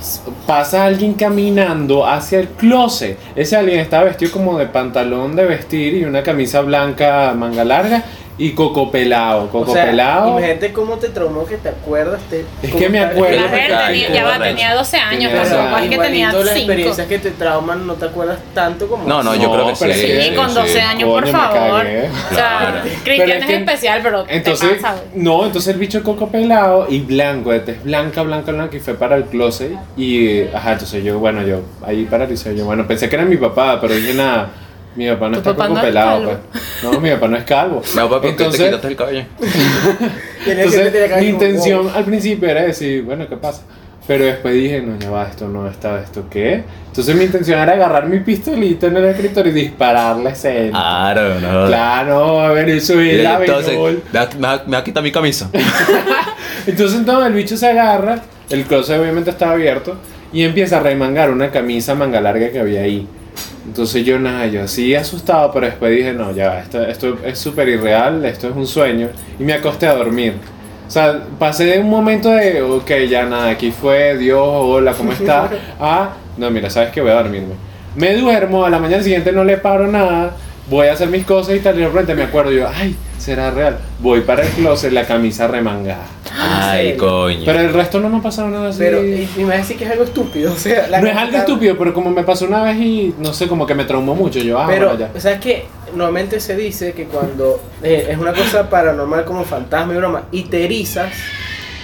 Speaker 2: S- Pasa alguien caminando hacia el closet. Ese alguien estaba vestido como de pantalón de vestir y una camisa blanca manga larga y coco pelado, coco
Speaker 3: o sea,
Speaker 2: pelado.
Speaker 3: imagínate cómo te traumó que te acuerdas. Te,
Speaker 2: Es
Speaker 3: cómo
Speaker 2: que me
Speaker 3: tal-
Speaker 2: acuerdo. Pero
Speaker 1: A ver, tenía-
Speaker 4: porque hay
Speaker 1: ya va,
Speaker 4: colores.
Speaker 1: tenía 12 años,
Speaker 2: Tenía
Speaker 1: pero
Speaker 2: doce
Speaker 1: igual que
Speaker 3: igualito
Speaker 1: tenía
Speaker 3: las
Speaker 1: 5.
Speaker 3: experiencias que te trauman no te acuerdas tanto como...
Speaker 4: No, no, yo
Speaker 2: No,
Speaker 4: creo que sí.
Speaker 2: pero
Speaker 1: Sí,
Speaker 2: sí,
Speaker 1: con 12 años, por
Speaker 2: Coño, me
Speaker 1: favor.
Speaker 2: cagué.
Speaker 1: O sea,
Speaker 4: Claro.
Speaker 1: Cristian
Speaker 2: Pero es
Speaker 1: es,
Speaker 2: que-
Speaker 1: especial, pero te
Speaker 2: Entonces,
Speaker 1: pasa, güey.
Speaker 2: no, entonces el bicho coco pelado y blanco, de tez blanca, blanca, blanca, y fue para el closet. Y, ajá, entonces yo, bueno, yo, ahí paralizado, yo, bueno, pensé que era mi papá, pero dije nada, mi papá no
Speaker 1: Tu
Speaker 2: está
Speaker 1: papá
Speaker 2: coco
Speaker 1: no es
Speaker 2: pelado,
Speaker 1: calvo.
Speaker 2: pues. No, mi papá no es calvo.
Speaker 4: [laughs] No, papi, ¿por qué te
Speaker 2: entonces,
Speaker 4: quitaste el cabello.
Speaker 3: Tienes que tener
Speaker 2: entonces
Speaker 3: acá
Speaker 2: mi
Speaker 3: como, wow.
Speaker 2: intención al principio era decir, bueno, ¿qué pasa? Pero después dije, no, ya va, esto no está, ¿esto qué? Entonces mi intención era agarrar mi pistolita en el escritorio y dispararle a ese.
Speaker 4: Claro, no.
Speaker 2: Claro, a ver, eso
Speaker 4: Ah, Y
Speaker 2: es la
Speaker 4: Entonces,
Speaker 2: béisbol.
Speaker 4: me va- me va- me va a quitar
Speaker 2: [laughs]
Speaker 4: mi camisa.
Speaker 2: Entonces entonces el bicho se agarra, el closet obviamente estaba abierto y empieza a remangar una camisa manga larga que había ahí. Entonces yo nada, yo así asustado, pero después dije, no, ya, va, esto, esto es súper irreal, esto es un sueño. Y me acosté a dormir. O sea, pasé de un momento de, ok, ya nada, aquí fue, Dios, hola, ¿cómo está? A, no, mira, sabes que voy a dormirme. Me duermo, a la mañana siguiente no le paro nada, voy a hacer mis cosas y tal, y de repente me acuerdo, yo, ay, será real. Voy para el closet, la camisa remangada.
Speaker 4: Ay, coño.
Speaker 2: Pero el resto no me ha pasado nada así.
Speaker 3: Pero y, y me vas a decir que es algo estúpido. O sea, la
Speaker 2: no es algo
Speaker 3: la-
Speaker 2: estúpido, pero como me pasó una vez y no sé, como que me traumó mucho. Yo, ah,
Speaker 3: Pero,
Speaker 2: bueno, ya.
Speaker 3: ¿sabes qué? Normalmente se dice que cuando eh, es una cosa paranormal como fantasma y broma y te erizas,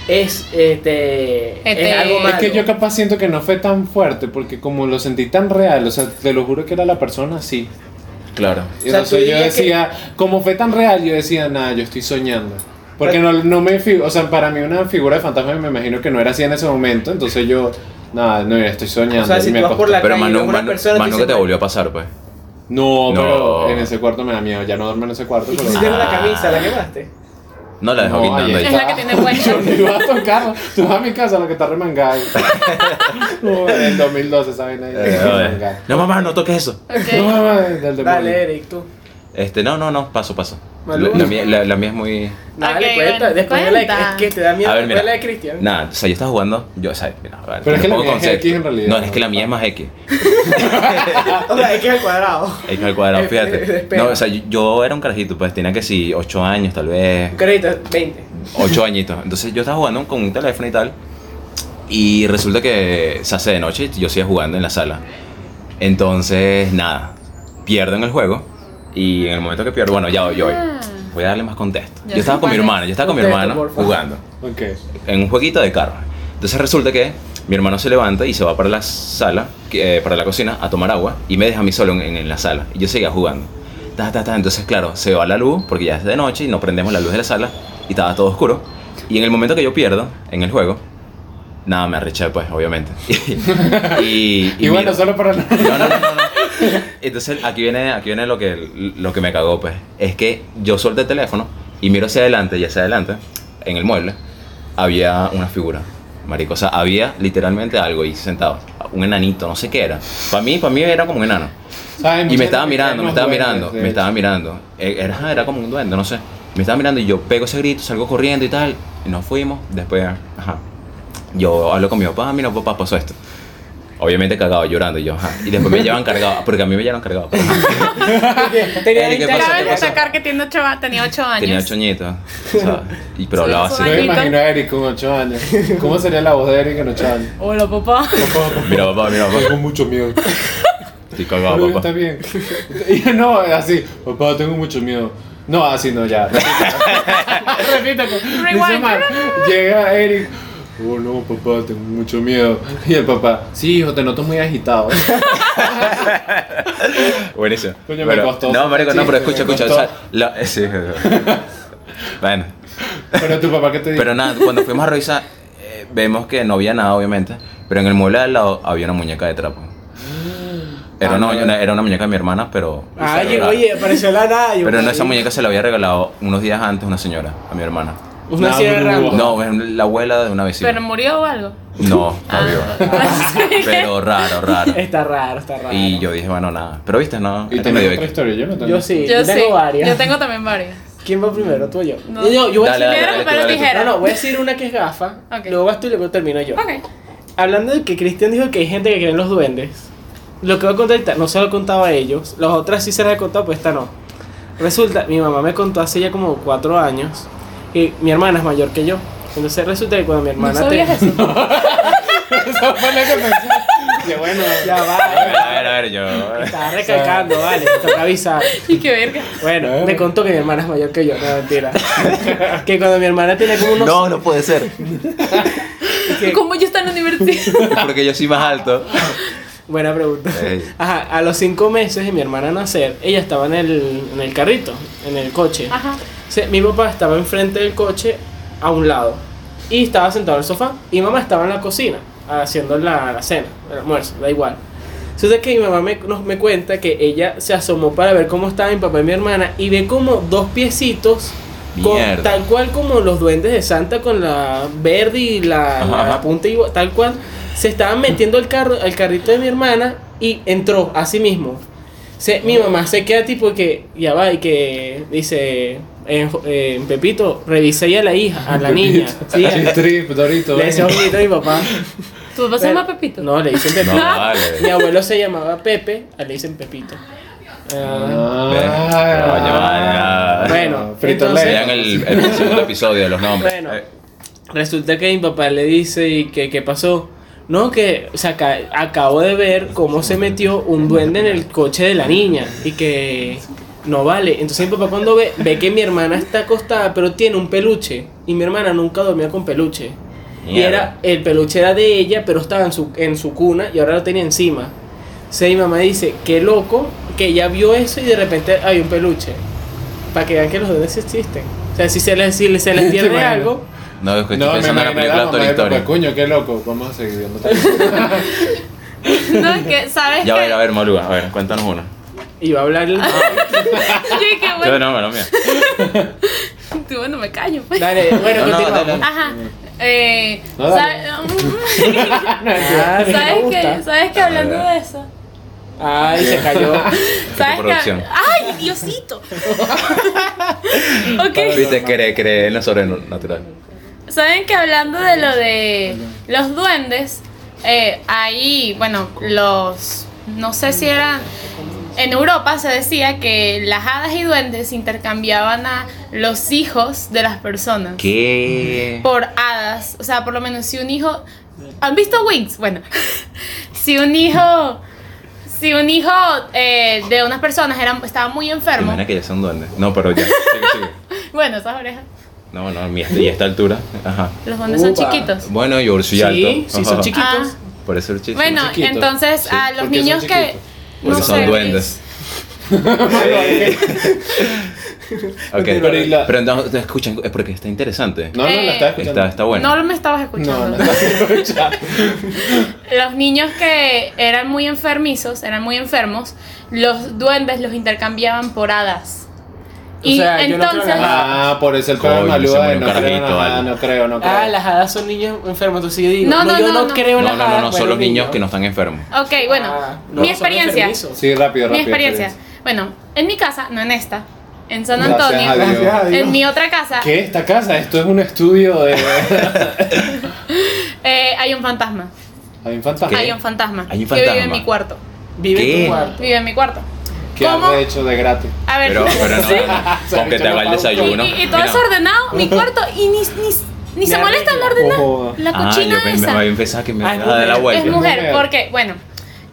Speaker 3: es, eh, te-
Speaker 1: Este-
Speaker 3: es algo malo.
Speaker 2: Es que yo capaz siento que no fue tan fuerte porque como lo sentí tan real, o sea, te lo juro que era la persona así.
Speaker 4: Claro.
Speaker 2: Y
Speaker 3: O sea,
Speaker 2: entonces
Speaker 3: tú
Speaker 2: yo
Speaker 3: dirías que-
Speaker 2: decía, como fue tan real, yo decía, nada, yo estoy soñando. Porque no, no me, fi- o sea, para mí una figura de fantasma me imagino que no era así en ese momento, entonces yo, nada, no, estoy soñando.
Speaker 3: O sea,
Speaker 2: y
Speaker 3: si
Speaker 2: me
Speaker 3: tú vas por
Speaker 2: acosté.
Speaker 3: la
Speaker 4: Pero
Speaker 3: calle y
Speaker 4: Manu,
Speaker 3: ves una
Speaker 4: Manu,
Speaker 3: persona, tú
Speaker 4: Manu que te
Speaker 3: dices,
Speaker 4: volvió a pasar, pues.
Speaker 2: No,
Speaker 4: No.
Speaker 2: pero en ese cuarto me da miedo, ya no duermo en ese cuarto.
Speaker 3: ¿Y qué
Speaker 2: pero-
Speaker 3: hiciste con la
Speaker 4: Ah.
Speaker 3: camisa? ¿La quemaste?
Speaker 4: No la dejó
Speaker 2: No,
Speaker 4: quitando
Speaker 2: ahí
Speaker 1: Es
Speaker 4: ahí.
Speaker 1: la que tiene
Speaker 2: [laughs]
Speaker 1: hueco.
Speaker 2: Yo no iba a tocarlo. Tú vas a mi casa, la que está remangada.
Speaker 4: [laughs]
Speaker 2: ahí. Uy, en el 2012, ¿saben? Ahí,
Speaker 4: Eh,
Speaker 2: [laughs]
Speaker 4: a ver.
Speaker 2: remangada.
Speaker 4: No, mamá, no toques eso.
Speaker 2: No,
Speaker 1: Ok.
Speaker 2: mamá, del demonio.
Speaker 3: Dale, Eric, tú.
Speaker 4: Este, no, no, no, paso, paso. La,
Speaker 3: Malú.
Speaker 4: la mía, la- la mía es muy.
Speaker 3: Dale,
Speaker 1: Ok,
Speaker 3: cuenta.
Speaker 1: bueno,
Speaker 3: Después de la
Speaker 1: cuenta.
Speaker 3: es que te da miedo
Speaker 4: A ver,
Speaker 3: después
Speaker 4: mira.
Speaker 3: de la de Cristian.
Speaker 4: Nada, o sea, yo estaba jugando. Yo, o sea, mira, a ver,
Speaker 2: Pero es que la
Speaker 4: pongo
Speaker 2: mía es
Speaker 4: concepto.
Speaker 2: X en realidad,
Speaker 4: No, es que
Speaker 2: ¿no?
Speaker 4: la mía es más X.
Speaker 3: O sea, es que es al cuadrado.
Speaker 4: X al
Speaker 2: [laughs]
Speaker 4: cuadrado,
Speaker 3: Eh, eh,
Speaker 4: fíjate.
Speaker 3: espera.
Speaker 4: No, o sea, yo, yo era un carajito, pues tenía que sí, 8 años tal vez.
Speaker 3: Carita,
Speaker 1: [laughs]
Speaker 3: 20.
Speaker 4: 8 añitos. Entonces yo estaba jugando con un teléfono y tal. Y resulta que se hace de noche y yo seguía jugando en la sala. Entonces, nada, pierdo en el juego y en el momento que pierdo, bueno, ya voy, yo voy. Voy a darle más contexto.
Speaker 1: Ah. Ya
Speaker 4: Yo estaba
Speaker 1: sé
Speaker 4: con mi
Speaker 1: cuál es.
Speaker 4: hermano, yo estaba con mi
Speaker 3: Contexto,
Speaker 4: hermano
Speaker 3: por favor.
Speaker 4: jugando
Speaker 2: Ok.
Speaker 4: en un jueguito de carro. Entonces resulta que mi hermano se levanta y se va para la sala, que- eh, para la cocina, a tomar agua y me deja a mí solo en, en la sala. Y yo seguía jugando. Ta, ta, ta. Entonces, claro, se va la luz porque ya es de noche y no prendemos la luz de la sala y estaba todo oscuro. Y en el momento que yo pierdo en el juego, nada, me arreché, pues, obviamente. [laughs] y, y-
Speaker 2: Y, bueno,
Speaker 4: miro-
Speaker 2: solo para
Speaker 4: no, no, no, no, no. Entonces aquí viene, aquí viene lo que, lo que me cagó, pues. Es que yo solté el teléfono y miro hacia adelante y hacia adelante, en el mueble, había una figura. Marico, o sea, había literalmente algo ahí sentado. Un enanito, no sé qué era. Para mí, para mí era como un enano.
Speaker 2: [laughs] ¿Saben?
Speaker 4: Y
Speaker 2: Mucha
Speaker 4: me estaba
Speaker 2: gente
Speaker 4: mirando, me
Speaker 2: nos
Speaker 4: estaba
Speaker 2: duele,
Speaker 4: mirando,
Speaker 2: de
Speaker 4: me estaba
Speaker 2: hecho.
Speaker 4: mirando. Eh, Era, era como un duende, no sé. Me estaba mirando y yo pego ese grito, salgo corriendo y tal. Y nos fuimos. Después, ajá. Yo hablo con mi papá, mira, papá, pasó esto. Obviamente cagado, llorando y yo, ajá.
Speaker 2: [laughs]
Speaker 4: Y después me llevan cargado, porque a mí me llevan cargado. pero ajá.
Speaker 3: Tenía
Speaker 4: Eli,
Speaker 3: 20
Speaker 4: ¿qué pasó?
Speaker 1: Cabe
Speaker 4: ¿Qué pasó?
Speaker 1: destacar que tiene ocho, tenía 8 años.
Speaker 4: Tenía ocho añitos, ¿sabes? Y, pero
Speaker 1: Sí,
Speaker 4: hablaba
Speaker 1: eso
Speaker 4: así.
Speaker 2: Yo me
Speaker 1: Añito.
Speaker 2: imagino a Eric con 8 años. ¿Cómo sería la voz de Eric en 8 años?
Speaker 1: Hola, papá.
Speaker 2: Papá, papá,
Speaker 4: Mira, papá, mira, papá.
Speaker 2: Tengo mucho [laughs] miedo.
Speaker 4: Estoy
Speaker 2: Pero
Speaker 4: cagado,
Speaker 2: está
Speaker 4: papá.
Speaker 2: bien. [laughs] Y no, así, papá, tengo mucho miedo. No, así no, ya.
Speaker 3: [laughs]
Speaker 2: Repito, dice
Speaker 1: Rewind.
Speaker 2: mal. Llega Eric. Oh no, papá, tengo mucho miedo. Y el papá, sí, hijo, te noto muy agitado.
Speaker 4: Buenísimo.
Speaker 2: Coño, me
Speaker 4: Pero-
Speaker 2: costó.
Speaker 4: No, marico, no,
Speaker 2: Sí,
Speaker 4: pero escucha,
Speaker 2: me
Speaker 4: escucha. o
Speaker 2: costó.
Speaker 4: sea, la- eh, sí.
Speaker 2: [laughs]
Speaker 4: Bueno.
Speaker 2: Pero tu papá, ¿qué te dice?
Speaker 4: Pero nada, cuando fuimos a revisar, eh, vemos que no había nada, obviamente. Pero en el mueble de al lado había una muñeca de trapo. Era,
Speaker 2: Ah,
Speaker 4: una,
Speaker 2: no.
Speaker 4: era una muñeca de mi hermana, pero.
Speaker 3: Ah,
Speaker 4: pero-
Speaker 3: llegó y apareció la nada. yo,
Speaker 4: Pero no,
Speaker 3: marico.
Speaker 4: esa muñeca se la había regalado unos días antes una señora, a mi hermana.
Speaker 3: Una
Speaker 2: Una
Speaker 3: sierra.
Speaker 2: bruja.
Speaker 4: No, es la abuela de una vecina.
Speaker 1: ¿Pero murió o algo?
Speaker 4: No,
Speaker 1: Ah,
Speaker 4: no viva. [laughs] Pero raro, raro.
Speaker 3: Está raro, está raro.
Speaker 4: Y yo dije, bueno, nada. Pero viste, no.
Speaker 2: Y
Speaker 4: era medio
Speaker 2: tenés
Speaker 4: X.
Speaker 2: otra historia, yo no tengo.
Speaker 3: Yo sí,
Speaker 1: yo
Speaker 3: yo tengo
Speaker 1: sí.
Speaker 3: varias.
Speaker 1: Yo tengo también varias.
Speaker 3: ¿Quién va primero? ¿Tú o yo?
Speaker 1: No.
Speaker 3: yo voy a
Speaker 4: Dale,
Speaker 3: decir-
Speaker 4: dale,
Speaker 1: Piedra,
Speaker 4: dale,
Speaker 1: papel o
Speaker 4: dale,
Speaker 1: tijera.
Speaker 3: No, no, voy a decir una que es gafa.
Speaker 1: Ok.
Speaker 3: Luego vas tú y luego termino yo.
Speaker 1: Ok.
Speaker 3: Hablando de que Cristian dijo que hay gente que cree en los duendes. Lo que voy a contar ahorita no se lo he contado a ellos. Las otras sí se las he contado, pues esta no. Resulta, mi mamá me contó hace ya como cuatro años que mi hermana es mayor que yo. Entonces resulta que cuando mi
Speaker 1: ¿No
Speaker 3: hermana
Speaker 1: sabías
Speaker 3: te-
Speaker 1: eso?
Speaker 2: [laughs] Esa fue la que pensé. Que bueno.
Speaker 3: [laughs] Ya
Speaker 4: A ver,
Speaker 3: va,
Speaker 4: a ver, a ver, yo.
Speaker 3: estaba
Speaker 4: [laughs]
Speaker 3: recalcando, vale, toca avisar.
Speaker 1: y qué verga.
Speaker 3: Bueno,
Speaker 4: Eh.
Speaker 3: me contó que mi hermana es mayor que yo, no
Speaker 4: [laughs]
Speaker 3: mentira. que cuando mi hermana tiene como unos
Speaker 4: No, no puede ser.
Speaker 3: que-
Speaker 1: ¿Cómo yo estaba en la universidad?
Speaker 4: Porque yo soy más alto.
Speaker 3: Ah. Buena pregunta.
Speaker 4: Ey.
Speaker 3: [laughs] Ajá, a los cinco meses de mi hermana nacer, ella estaba en el, en el carrito, en el coche.
Speaker 1: Ajá.
Speaker 3: O sea, mi papá estaba enfrente del coche, a un lado, y estaba sentado en el sofá. Y mamá estaba en la cocina, haciendo la, la cena, el almuerzo, da igual. Entonces que mi mamá me, nos- me cuenta que ella se asomó para ver cómo estaba mi papá y mi hermana y ve como dos piecitos, con-
Speaker 4: Mierda.
Speaker 3: tal cual como los duendes de Santa con la verde y la,
Speaker 4: Ajá,
Speaker 3: la
Speaker 4: ajá.
Speaker 3: punta y bo- tal cual, se estaban metiendo el carro, al carrito de mi hermana y entró a sí mismo. Se- mi mamá se queda tipo que ya va y que dice eh, jo- eh, Pepito, revise ahí a la hija, a la niña. Sí, a-
Speaker 2: Chis trip, Dorito.
Speaker 3: le
Speaker 2: ven.
Speaker 3: decía bonito a mi papá.
Speaker 1: ¿Tu papá se llama Pepito?
Speaker 3: No, le dicen
Speaker 4: No,
Speaker 3: Pepito.
Speaker 4: vale.
Speaker 3: Mi abuelo se llamaba Pepe, a él le dicen Pepito. Ah,
Speaker 4: Coño,
Speaker 2: Ah,
Speaker 4: vale.
Speaker 3: Bueno,
Speaker 2: frito
Speaker 3: entonces-
Speaker 2: Lay.
Speaker 4: Vean el, el segundo episodio de los nombres.
Speaker 3: Bueno.
Speaker 4: Eh,
Speaker 3: Resulta que mi papá le dice y que qué pasó. No, que o sea, ca- acabo de ver cómo se metió un duende en el coche de la niña y que no vale. Entonces mi papá cuando ve, ve que mi hermana está acostada pero tiene un peluche y mi hermana nunca dormía con peluche. Y
Speaker 4: Mierda.
Speaker 3: era, el peluche era de ella pero estaba en su, en su cuna y ahora lo tenía encima. Entonces mi mamá dice, qué loco que ella vio eso y de repente hay un peluche. Para que vean que los duendes sí existen. O sea, si se les, si se les
Speaker 2: ¿Te
Speaker 3: pierde
Speaker 2: imaginas?
Speaker 3: algo...
Speaker 4: No, es que estoy
Speaker 2: No, me
Speaker 4: pensando en la
Speaker 2: imaginé la
Speaker 4: película de
Speaker 2: mamá
Speaker 4: Toy
Speaker 2: de
Speaker 4: Story.
Speaker 2: papá, coño, qué loco. Vamos a seguir. vamos a-
Speaker 1: No, es que, ¿sabes
Speaker 4: Ya, a
Speaker 1: qué?
Speaker 4: ver, a ver, Maluga, a ver, cuéntanos una.
Speaker 3: Iba a hablar el...
Speaker 4: Ah.
Speaker 1: Yo dije,
Speaker 4: Yo
Speaker 1: bueno,
Speaker 4: no, bueno, mía.
Speaker 1: tú, [laughs] bueno, me callo, pues.
Speaker 3: [laughs] Dale, bueno,
Speaker 4: No, no,
Speaker 3: continuamos.
Speaker 4: dale, dale.
Speaker 1: Ajá. Eh,
Speaker 2: No, dale.
Speaker 1: ¿sabes,
Speaker 3: Ah,
Speaker 1: [laughs]
Speaker 3: me
Speaker 1: ¿sabes
Speaker 3: gusta.
Speaker 1: qué? ¿Sabes qué? Hablando
Speaker 4: Ah,
Speaker 1: de eso.
Speaker 3: Ay, se cayó.
Speaker 4: [laughs]
Speaker 1: ¿Sabes qué?
Speaker 4: producción.
Speaker 1: ¡Ay, Diosito! ok.
Speaker 4: Viste, cree, cree en lo sobrenatural.
Speaker 1: Saben que hablando de lo de los duendes, eh, ahí, bueno, los. No sé si eran. En Europa se decía que las hadas y duendes intercambiaban a los hijos de las personas
Speaker 4: ¿Qué?
Speaker 1: por hadas. O sea, por [laughs] lo menos si un hijo. ¿Han visto Wings? Bueno, si un hijo. si un hijo eh, de unas personas era, estaba muy
Speaker 4: ¿Te
Speaker 1: enfermo,
Speaker 4: imaginas que ya sea un duende? No, pero ya. Sigue, sigue.
Speaker 1: bueno, esas orejas,
Speaker 4: No, no, mi- y a esta altura. Ajá.
Speaker 1: los duendes son
Speaker 3: Upa.
Speaker 1: chiquitos.
Speaker 4: Bueno, yo soy
Speaker 3: Sí,
Speaker 4: alto.
Speaker 3: sí,
Speaker 4: Ajá,
Speaker 3: son
Speaker 4: ajá.
Speaker 3: chiquitos.
Speaker 1: Ah,
Speaker 4: Por eso el chiste.
Speaker 1: bueno,
Speaker 2: chiquitos.
Speaker 1: entonces
Speaker 2: Sí,
Speaker 1: a los
Speaker 2: porque son
Speaker 1: niños que...
Speaker 2: chiquitos.
Speaker 4: Porque
Speaker 1: no
Speaker 4: son
Speaker 1: sé,
Speaker 4: duendes. Ok.
Speaker 2: Pero y la-
Speaker 4: Pero entonces, te escuchan, es porque está interesante.
Speaker 2: No, no, la estaba escuchando.
Speaker 4: Está, está bueno.
Speaker 1: No me estabas Eh, [laughs] escuchando.
Speaker 2: No, no la
Speaker 1: [laughs]
Speaker 2: estaba escuchando.
Speaker 1: Los niños que eran muy enfermizos, eran muy enfermos, los duendes los intercambiaban por hadas. Y
Speaker 3: sea, yo no creo en
Speaker 1: entonces...
Speaker 3: las hadas.
Speaker 2: Ah, por eso el pedo
Speaker 4: Coño,
Speaker 2: de
Speaker 4: se
Speaker 2: Malúa de
Speaker 4: murió
Speaker 2: no creo,
Speaker 4: un carajito,
Speaker 2: no, ajá,
Speaker 4: algo.
Speaker 2: no creo, no creo.
Speaker 3: Ah, las hadas son niños enfermos, entonces yo digo,
Speaker 1: No,
Speaker 3: no,
Speaker 1: no,
Speaker 3: yo
Speaker 1: no,
Speaker 3: no,
Speaker 1: no.
Speaker 3: creo
Speaker 4: No,
Speaker 3: en
Speaker 4: no,
Speaker 3: las hadas.
Speaker 4: no, no, son
Speaker 3: bueno,
Speaker 4: los niños
Speaker 3: niño.
Speaker 4: que no están enfermos.
Speaker 1: Ok, bueno,
Speaker 3: Ah, no,
Speaker 1: mi
Speaker 3: son
Speaker 1: experiencia.
Speaker 3: enfermizos.
Speaker 2: Sí, rápido, rápido.
Speaker 1: Mi experiencia. Bueno, en mi casa, no en esta, en San
Speaker 2: Gracias
Speaker 1: Antonio,
Speaker 2: a Dios.
Speaker 3: Gracias a Dios.
Speaker 1: en mi otra casa,
Speaker 2: ¿Qué? ¿Esta casa? Esto es un estudio
Speaker 4: [laughs]
Speaker 2: de...
Speaker 1: eh, hay un fantasma.
Speaker 2: Hay un fantasma.
Speaker 4: ¿Qué?
Speaker 1: Hay un fantasma.
Speaker 4: Hay
Speaker 1: Que
Speaker 4: un fantasma.
Speaker 1: vive en mi cuarto.
Speaker 3: Vive en
Speaker 4: ¿Qué?
Speaker 3: tu cuarto.
Speaker 1: Vive en mi cuarto.
Speaker 2: ¿Qué
Speaker 1: ¿Cómo?
Speaker 2: has hecho de gratis?
Speaker 1: A ver,
Speaker 4: Pero, pero no, no,
Speaker 2: Se
Speaker 4: no. Aunque
Speaker 2: me echó
Speaker 4: te haga el
Speaker 2: la pauta.
Speaker 4: desayuno.
Speaker 1: y, y- y todo
Speaker 4: Mira.
Speaker 1: desordenado, mi cuarto, y ni, ni, ni se
Speaker 3: Ni
Speaker 1: molesta en
Speaker 3: arregla.
Speaker 1: ordenar
Speaker 2: Ojo.
Speaker 1: la
Speaker 4: Ah,
Speaker 1: cochina
Speaker 4: yo me,
Speaker 1: esa.
Speaker 4: me había pensado que me
Speaker 3: Ah,
Speaker 4: iba
Speaker 3: es
Speaker 4: a dar la
Speaker 3: mujer.
Speaker 1: es
Speaker 4: vuelta.
Speaker 1: mujer,
Speaker 2: mujer.
Speaker 1: porque, bueno,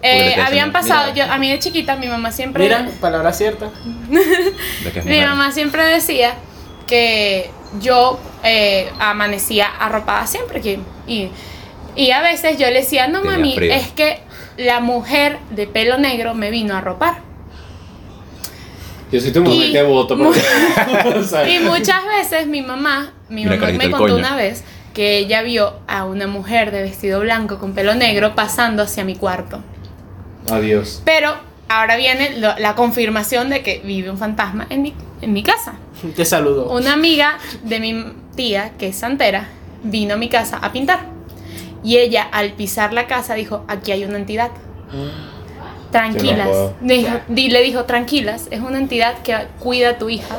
Speaker 1: eh,
Speaker 4: Púdrete,
Speaker 1: habían
Speaker 4: señor.
Speaker 1: pasado,
Speaker 4: Mira.
Speaker 1: yo, a mí de chiquita, mi mamá siempre...
Speaker 3: Mira, palabra cierta. [laughs]
Speaker 4: De que es
Speaker 1: Mi
Speaker 4: mujer.
Speaker 1: mamá siempre decía que yo eh, amanecía arropada siempre. Que, y, y a veces yo le decía, no
Speaker 4: Tenía
Speaker 1: mami,
Speaker 4: frío".
Speaker 1: es que la mujer de pelo negro me vino a arropar.
Speaker 2: Yo soy tu mamá
Speaker 1: Y-
Speaker 2: y te voto.
Speaker 1: mu- [laughs]
Speaker 2: porque- o sea,
Speaker 1: Y muchas veces mi mamá, mi
Speaker 4: Mira,
Speaker 1: mamá
Speaker 4: carajito
Speaker 1: me
Speaker 4: el
Speaker 1: contó
Speaker 4: coño.
Speaker 1: una vez que ella vio a una mujer de vestido blanco con pelo negro pasando hacia mi cuarto.
Speaker 2: Adiós.
Speaker 1: Pero ahora viene lo- la confirmación de que vive un fantasma en mi, en mi casa.
Speaker 3: Te saludo.
Speaker 1: Una amiga de mi tía, que es santera, vino a mi casa a pintar. Y ella, al pisar la casa, dijo, aquí hay una entidad. Tranquilas.
Speaker 2: Yo no puedo.
Speaker 1: Dijo- di- le dijo, tranquilas, es una entidad que cuida a tu hija.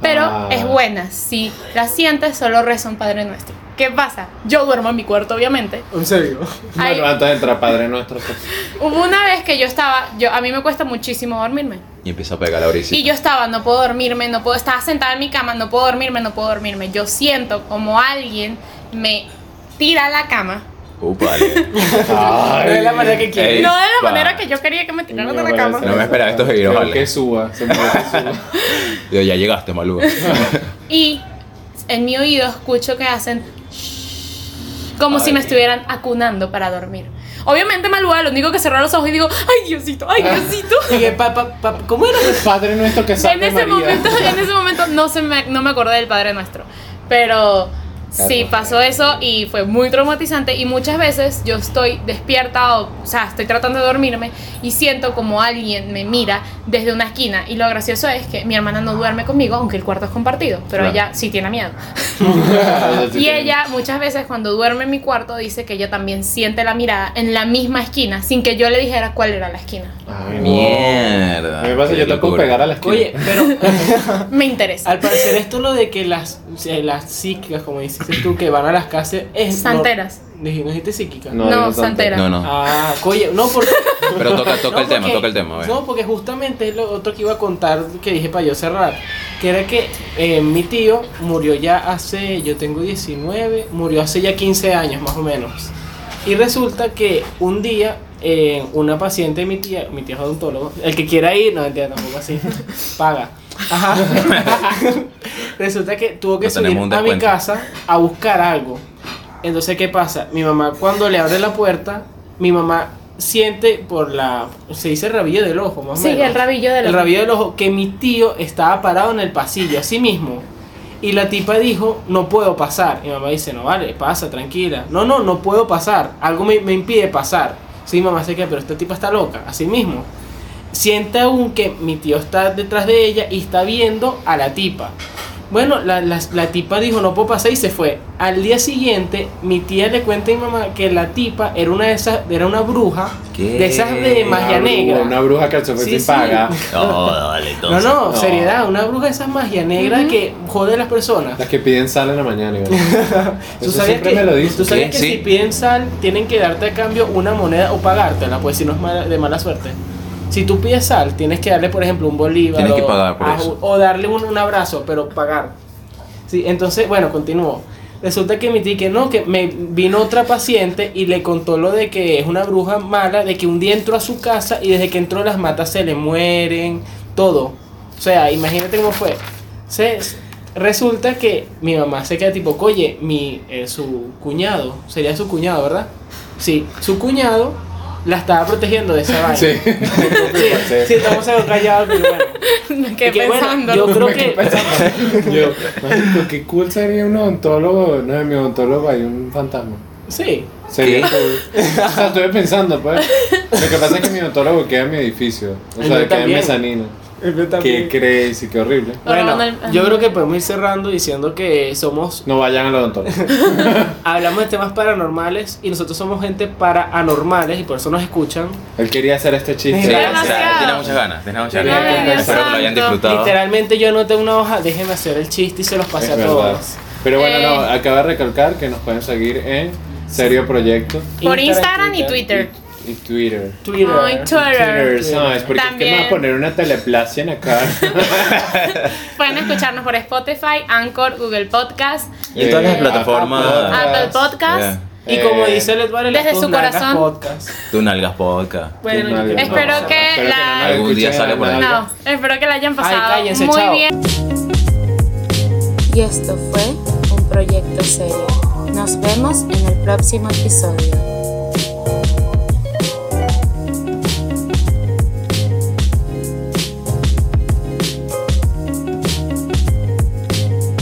Speaker 1: Pero
Speaker 2: Ah.
Speaker 1: es buena. Si la sientes, solo reza un Padre Nuestro. ¿Qué pasa? Yo duermo en mi cuarto, obviamente.
Speaker 3: En serio.
Speaker 1: Ay.
Speaker 2: Bueno, antes de entrar,
Speaker 1: [laughs]
Speaker 2: Padre Nuestro. pues.
Speaker 1: Hubo una vez que yo estaba, yo, a mí me cuesta muchísimo dormirme.
Speaker 4: Y empieza a pegar la brisa.
Speaker 1: Y yo estaba, no puedo dormirme, no puedo, estaba sentada en mi cama, no puedo dormirme, no puedo dormirme. Yo siento como alguien me tira a la cama.
Speaker 4: Upale.
Speaker 2: Ay.
Speaker 3: No es la manera que
Speaker 4: Ey.
Speaker 3: quieres.
Speaker 1: No de la
Speaker 4: Epa.
Speaker 1: manera que yo quería que me tiraran de la cama.
Speaker 4: No me esperaba estos giros,
Speaker 2: Creo
Speaker 4: vale.
Speaker 2: que suba, se me hace
Speaker 1: [laughs]
Speaker 2: que suba.
Speaker 4: Digo, ya llegaste, Malú.
Speaker 1: Y en mi oído escucho que hacen shhh, como si me estuvieran acunando para dormir. Obviamente Malúa, lo único que cerró los ojos y digo, ay Diosito, ay
Speaker 4: Ah.
Speaker 1: Diosito.
Speaker 3: Sigue, pa, pa, pa- ¿cómo era?
Speaker 2: Padre Nuestro que
Speaker 1: En
Speaker 2: salve
Speaker 1: ese
Speaker 2: María.
Speaker 1: momento, [laughs]
Speaker 2: [laughs]
Speaker 1: en ese momento no se me, no me acordé del Padre Nuestro. Pero sí
Speaker 2: Claro.
Speaker 1: pasó eso y fue muy traumatizante. Y muchas veces yo estoy despierta o, o sea, estoy tratando de dormirme y siento como alguien me mira desde una esquina. Y lo gracioso es que mi hermana no duerme conmigo, aunque el cuarto es compartido. Pero
Speaker 4: Claro.
Speaker 1: ella sí tiene miedo. Y ella muchas veces cuando duerme en mi cuarto dice que ella también siente la mirada en la misma esquina, sin que yo le dijera cuál era la esquina.
Speaker 2: Ay, no.
Speaker 4: Mierda.
Speaker 2: Me pasa,
Speaker 4: Ah, qué
Speaker 2: yo te puedo
Speaker 4: locura.
Speaker 2: pegar a la esquina.
Speaker 3: Oye, pero
Speaker 1: Me interesa.
Speaker 2: Ah,
Speaker 3: al parecer esto lo de que las, eh, las psíquicas, como dices tú, que van a las casas es... no-
Speaker 1: Santeras.
Speaker 3: Dije, ¿No dijiste psíquica?
Speaker 2: No,
Speaker 1: No,
Speaker 2: no tanto.
Speaker 1: Santera.
Speaker 4: No, no.
Speaker 3: Ah, oye, no, porque...
Speaker 4: [laughs] Pero toca, toca
Speaker 3: No,
Speaker 4: el tema,
Speaker 3: porque-
Speaker 4: toca el tema. a ver.
Speaker 3: No, porque justamente es lo otro que iba a contar que dije para yo cerrar. Que era que eh, mi tío murió ya hace, yo tengo 19, murió hace ya 15 años más o menos. Y resulta que un día eh, una paciente de mi tía, mi tía es odontólogo, el que quiera ir, no entiendo tampoco
Speaker 4: [laughs]
Speaker 3: así, paga. Ajá. resulta que tuvo que
Speaker 4: No tenemos
Speaker 3: subir
Speaker 4: un
Speaker 3: a mi
Speaker 4: descuento.
Speaker 3: casa a buscar algo. Entonces, ¿qué pasa? Mi mamá, cuando le abre la puerta, mi mamá siente por la. Se dice rabillo del ojo, más o
Speaker 1: Sí,
Speaker 3: menos.
Speaker 1: el rabillo de
Speaker 3: El
Speaker 1: la
Speaker 3: rabillo del ojo, que mi tío estaba parado en el pasillo, así mismo. Y la tipa dijo, no puedo pasar. Y mi mamá dice, no vale, pasa, tranquila. No, no, no puedo pasar. Algo me, me impide pasar. Sí, mamá se queda, pero esta tipa está loca, así mismo. Siente aún que mi tío está detrás de ella y está viendo a la tipa. Bueno, la, la- la tipa dijo no puedo pasar y se fue. Al día siguiente, mi tía le cuenta a mi mamá que la tipa era una de esas, era una bruja
Speaker 4: ¿Qué?
Speaker 3: de esas de
Speaker 2: Una
Speaker 3: magia
Speaker 2: bruja,
Speaker 3: negra.
Speaker 2: Una bruja que se fue
Speaker 3: Sí,
Speaker 2: sin
Speaker 3: sí.
Speaker 2: paga.
Speaker 4: No, dale,
Speaker 3: No,
Speaker 4: entonces.
Speaker 3: no,
Speaker 2: No.
Speaker 3: seriedad, una bruja de esas magia negra que jode a las personas.
Speaker 2: Las que piden sal en la mañana. igual.
Speaker 3: [laughs] Tú
Speaker 2: Eso
Speaker 3: sabías
Speaker 2: siempre
Speaker 3: que,
Speaker 2: me lo dicen.
Speaker 3: tú sabías
Speaker 4: ¿Qué?
Speaker 3: que
Speaker 4: Sí.
Speaker 3: si piden sal, tienen que darte a cambio una moneda o pagártela, pues si no es mala- de mala suerte. Si tú pides sal, tienes que darle, por ejemplo, un bolívar.
Speaker 4: Tienes que
Speaker 3: o-
Speaker 4: pagar por
Speaker 3: a-
Speaker 4: eso.
Speaker 3: O darle un, un abrazo, pero pagar. Sí, entonces, bueno, continúo. Resulta que mi tía que no, que me vino otra paciente y le contó lo de que es una bruja mala, de que un día entró a su casa y desde que entró las matas se le mueren, todo. O sea, imagínate cómo fue. Se, resulta que mi mamá se queda tipo, oye, mi, eh, su cuñado, sería su cuñado, ¿verdad? Sí, su cuñado la estaba protegiendo de esa vaina.
Speaker 2: [laughs] Sí.
Speaker 3: Sí, sí, estamos callados, pero
Speaker 1: [laughs]
Speaker 3: bueno.
Speaker 1: Me quedé
Speaker 3: Y que, bueno,
Speaker 1: pensando.
Speaker 3: yo creo que...
Speaker 2: [laughs] Yo, marico, qué cool sería un odontólogo. No, en mi odontólogo hay un fantasma.
Speaker 3: Sí.
Speaker 2: Sería
Speaker 4: ¿Qué?
Speaker 2: cool. O sea, estuve pensando, pues. Lo que pasa es que mi odontólogo queda en mi edificio. O
Speaker 3: El
Speaker 2: sea,
Speaker 3: mío
Speaker 2: queda en
Speaker 3: también.
Speaker 2: mezanino. Qué crazy, qué horrible.
Speaker 3: Bueno,
Speaker 1: Ahora van al-
Speaker 3: yo creo que podemos ir cerrando diciendo que somos,
Speaker 2: No vayan al odontólogo.
Speaker 3: hablamos de temas paranormales y nosotros somos gente para anormales y por eso nos escuchan.
Speaker 2: Él quería hacer este chiste.
Speaker 4: Sí,
Speaker 1: Demasiado.
Speaker 4: o sea, Tienes muchas ganas, tienes muchas
Speaker 2: Ay,
Speaker 4: ganas.
Speaker 2: Dios
Speaker 4: Espero que lo hayan
Speaker 1: santo.
Speaker 4: disfrutado.
Speaker 3: Literalmente yo anoté una hoja, déjenme hacer el chiste y se los pasé
Speaker 2: Es
Speaker 3: a
Speaker 2: verdad.
Speaker 3: todos.
Speaker 2: Pero bueno, no,
Speaker 1: Eh.
Speaker 2: acaba de recalcar que nos pueden seguir en Serio Proyecto
Speaker 1: Por Instagram y Twitter.
Speaker 2: y Twitter.
Speaker 3: Twitter.
Speaker 1: Ay, Twitter.
Speaker 2: Twitter, ¿sabes? Porque es que me va a
Speaker 1: También.
Speaker 2: poner una teleplasia
Speaker 1: [laughs]
Speaker 2: en Eh, acá.
Speaker 1: Pueden escucharnos por Spotify, Anchor, Google Podcast,
Speaker 4: Y en todas las
Speaker 1: Eh,
Speaker 4: plataformas. Eh,
Speaker 2: Apple
Speaker 1: Apple Podcast.
Speaker 4: Yeah.
Speaker 3: Y como
Speaker 2: Eh,
Speaker 3: dice Led Varela,
Speaker 1: desde
Speaker 3: tus
Speaker 1: su
Speaker 3: nalgas
Speaker 1: corazón.
Speaker 3: Podcast.
Speaker 4: Tú nalgas podcast.
Speaker 3: Bueno,
Speaker 2: Qué
Speaker 3: yo
Speaker 2: mal,
Speaker 3: creo
Speaker 1: Espero
Speaker 3: no.
Speaker 1: que
Speaker 2: espero
Speaker 1: la-
Speaker 2: no
Speaker 4: Algún día
Speaker 2: escuchen
Speaker 4: sale por ahí.
Speaker 2: nada.
Speaker 1: No, espero que la hayan pasado
Speaker 3: cállense,
Speaker 1: muy
Speaker 3: chao.
Speaker 1: bien.
Speaker 5: Y esto fue un proyecto serio. Nos vemos en el próximo episodio.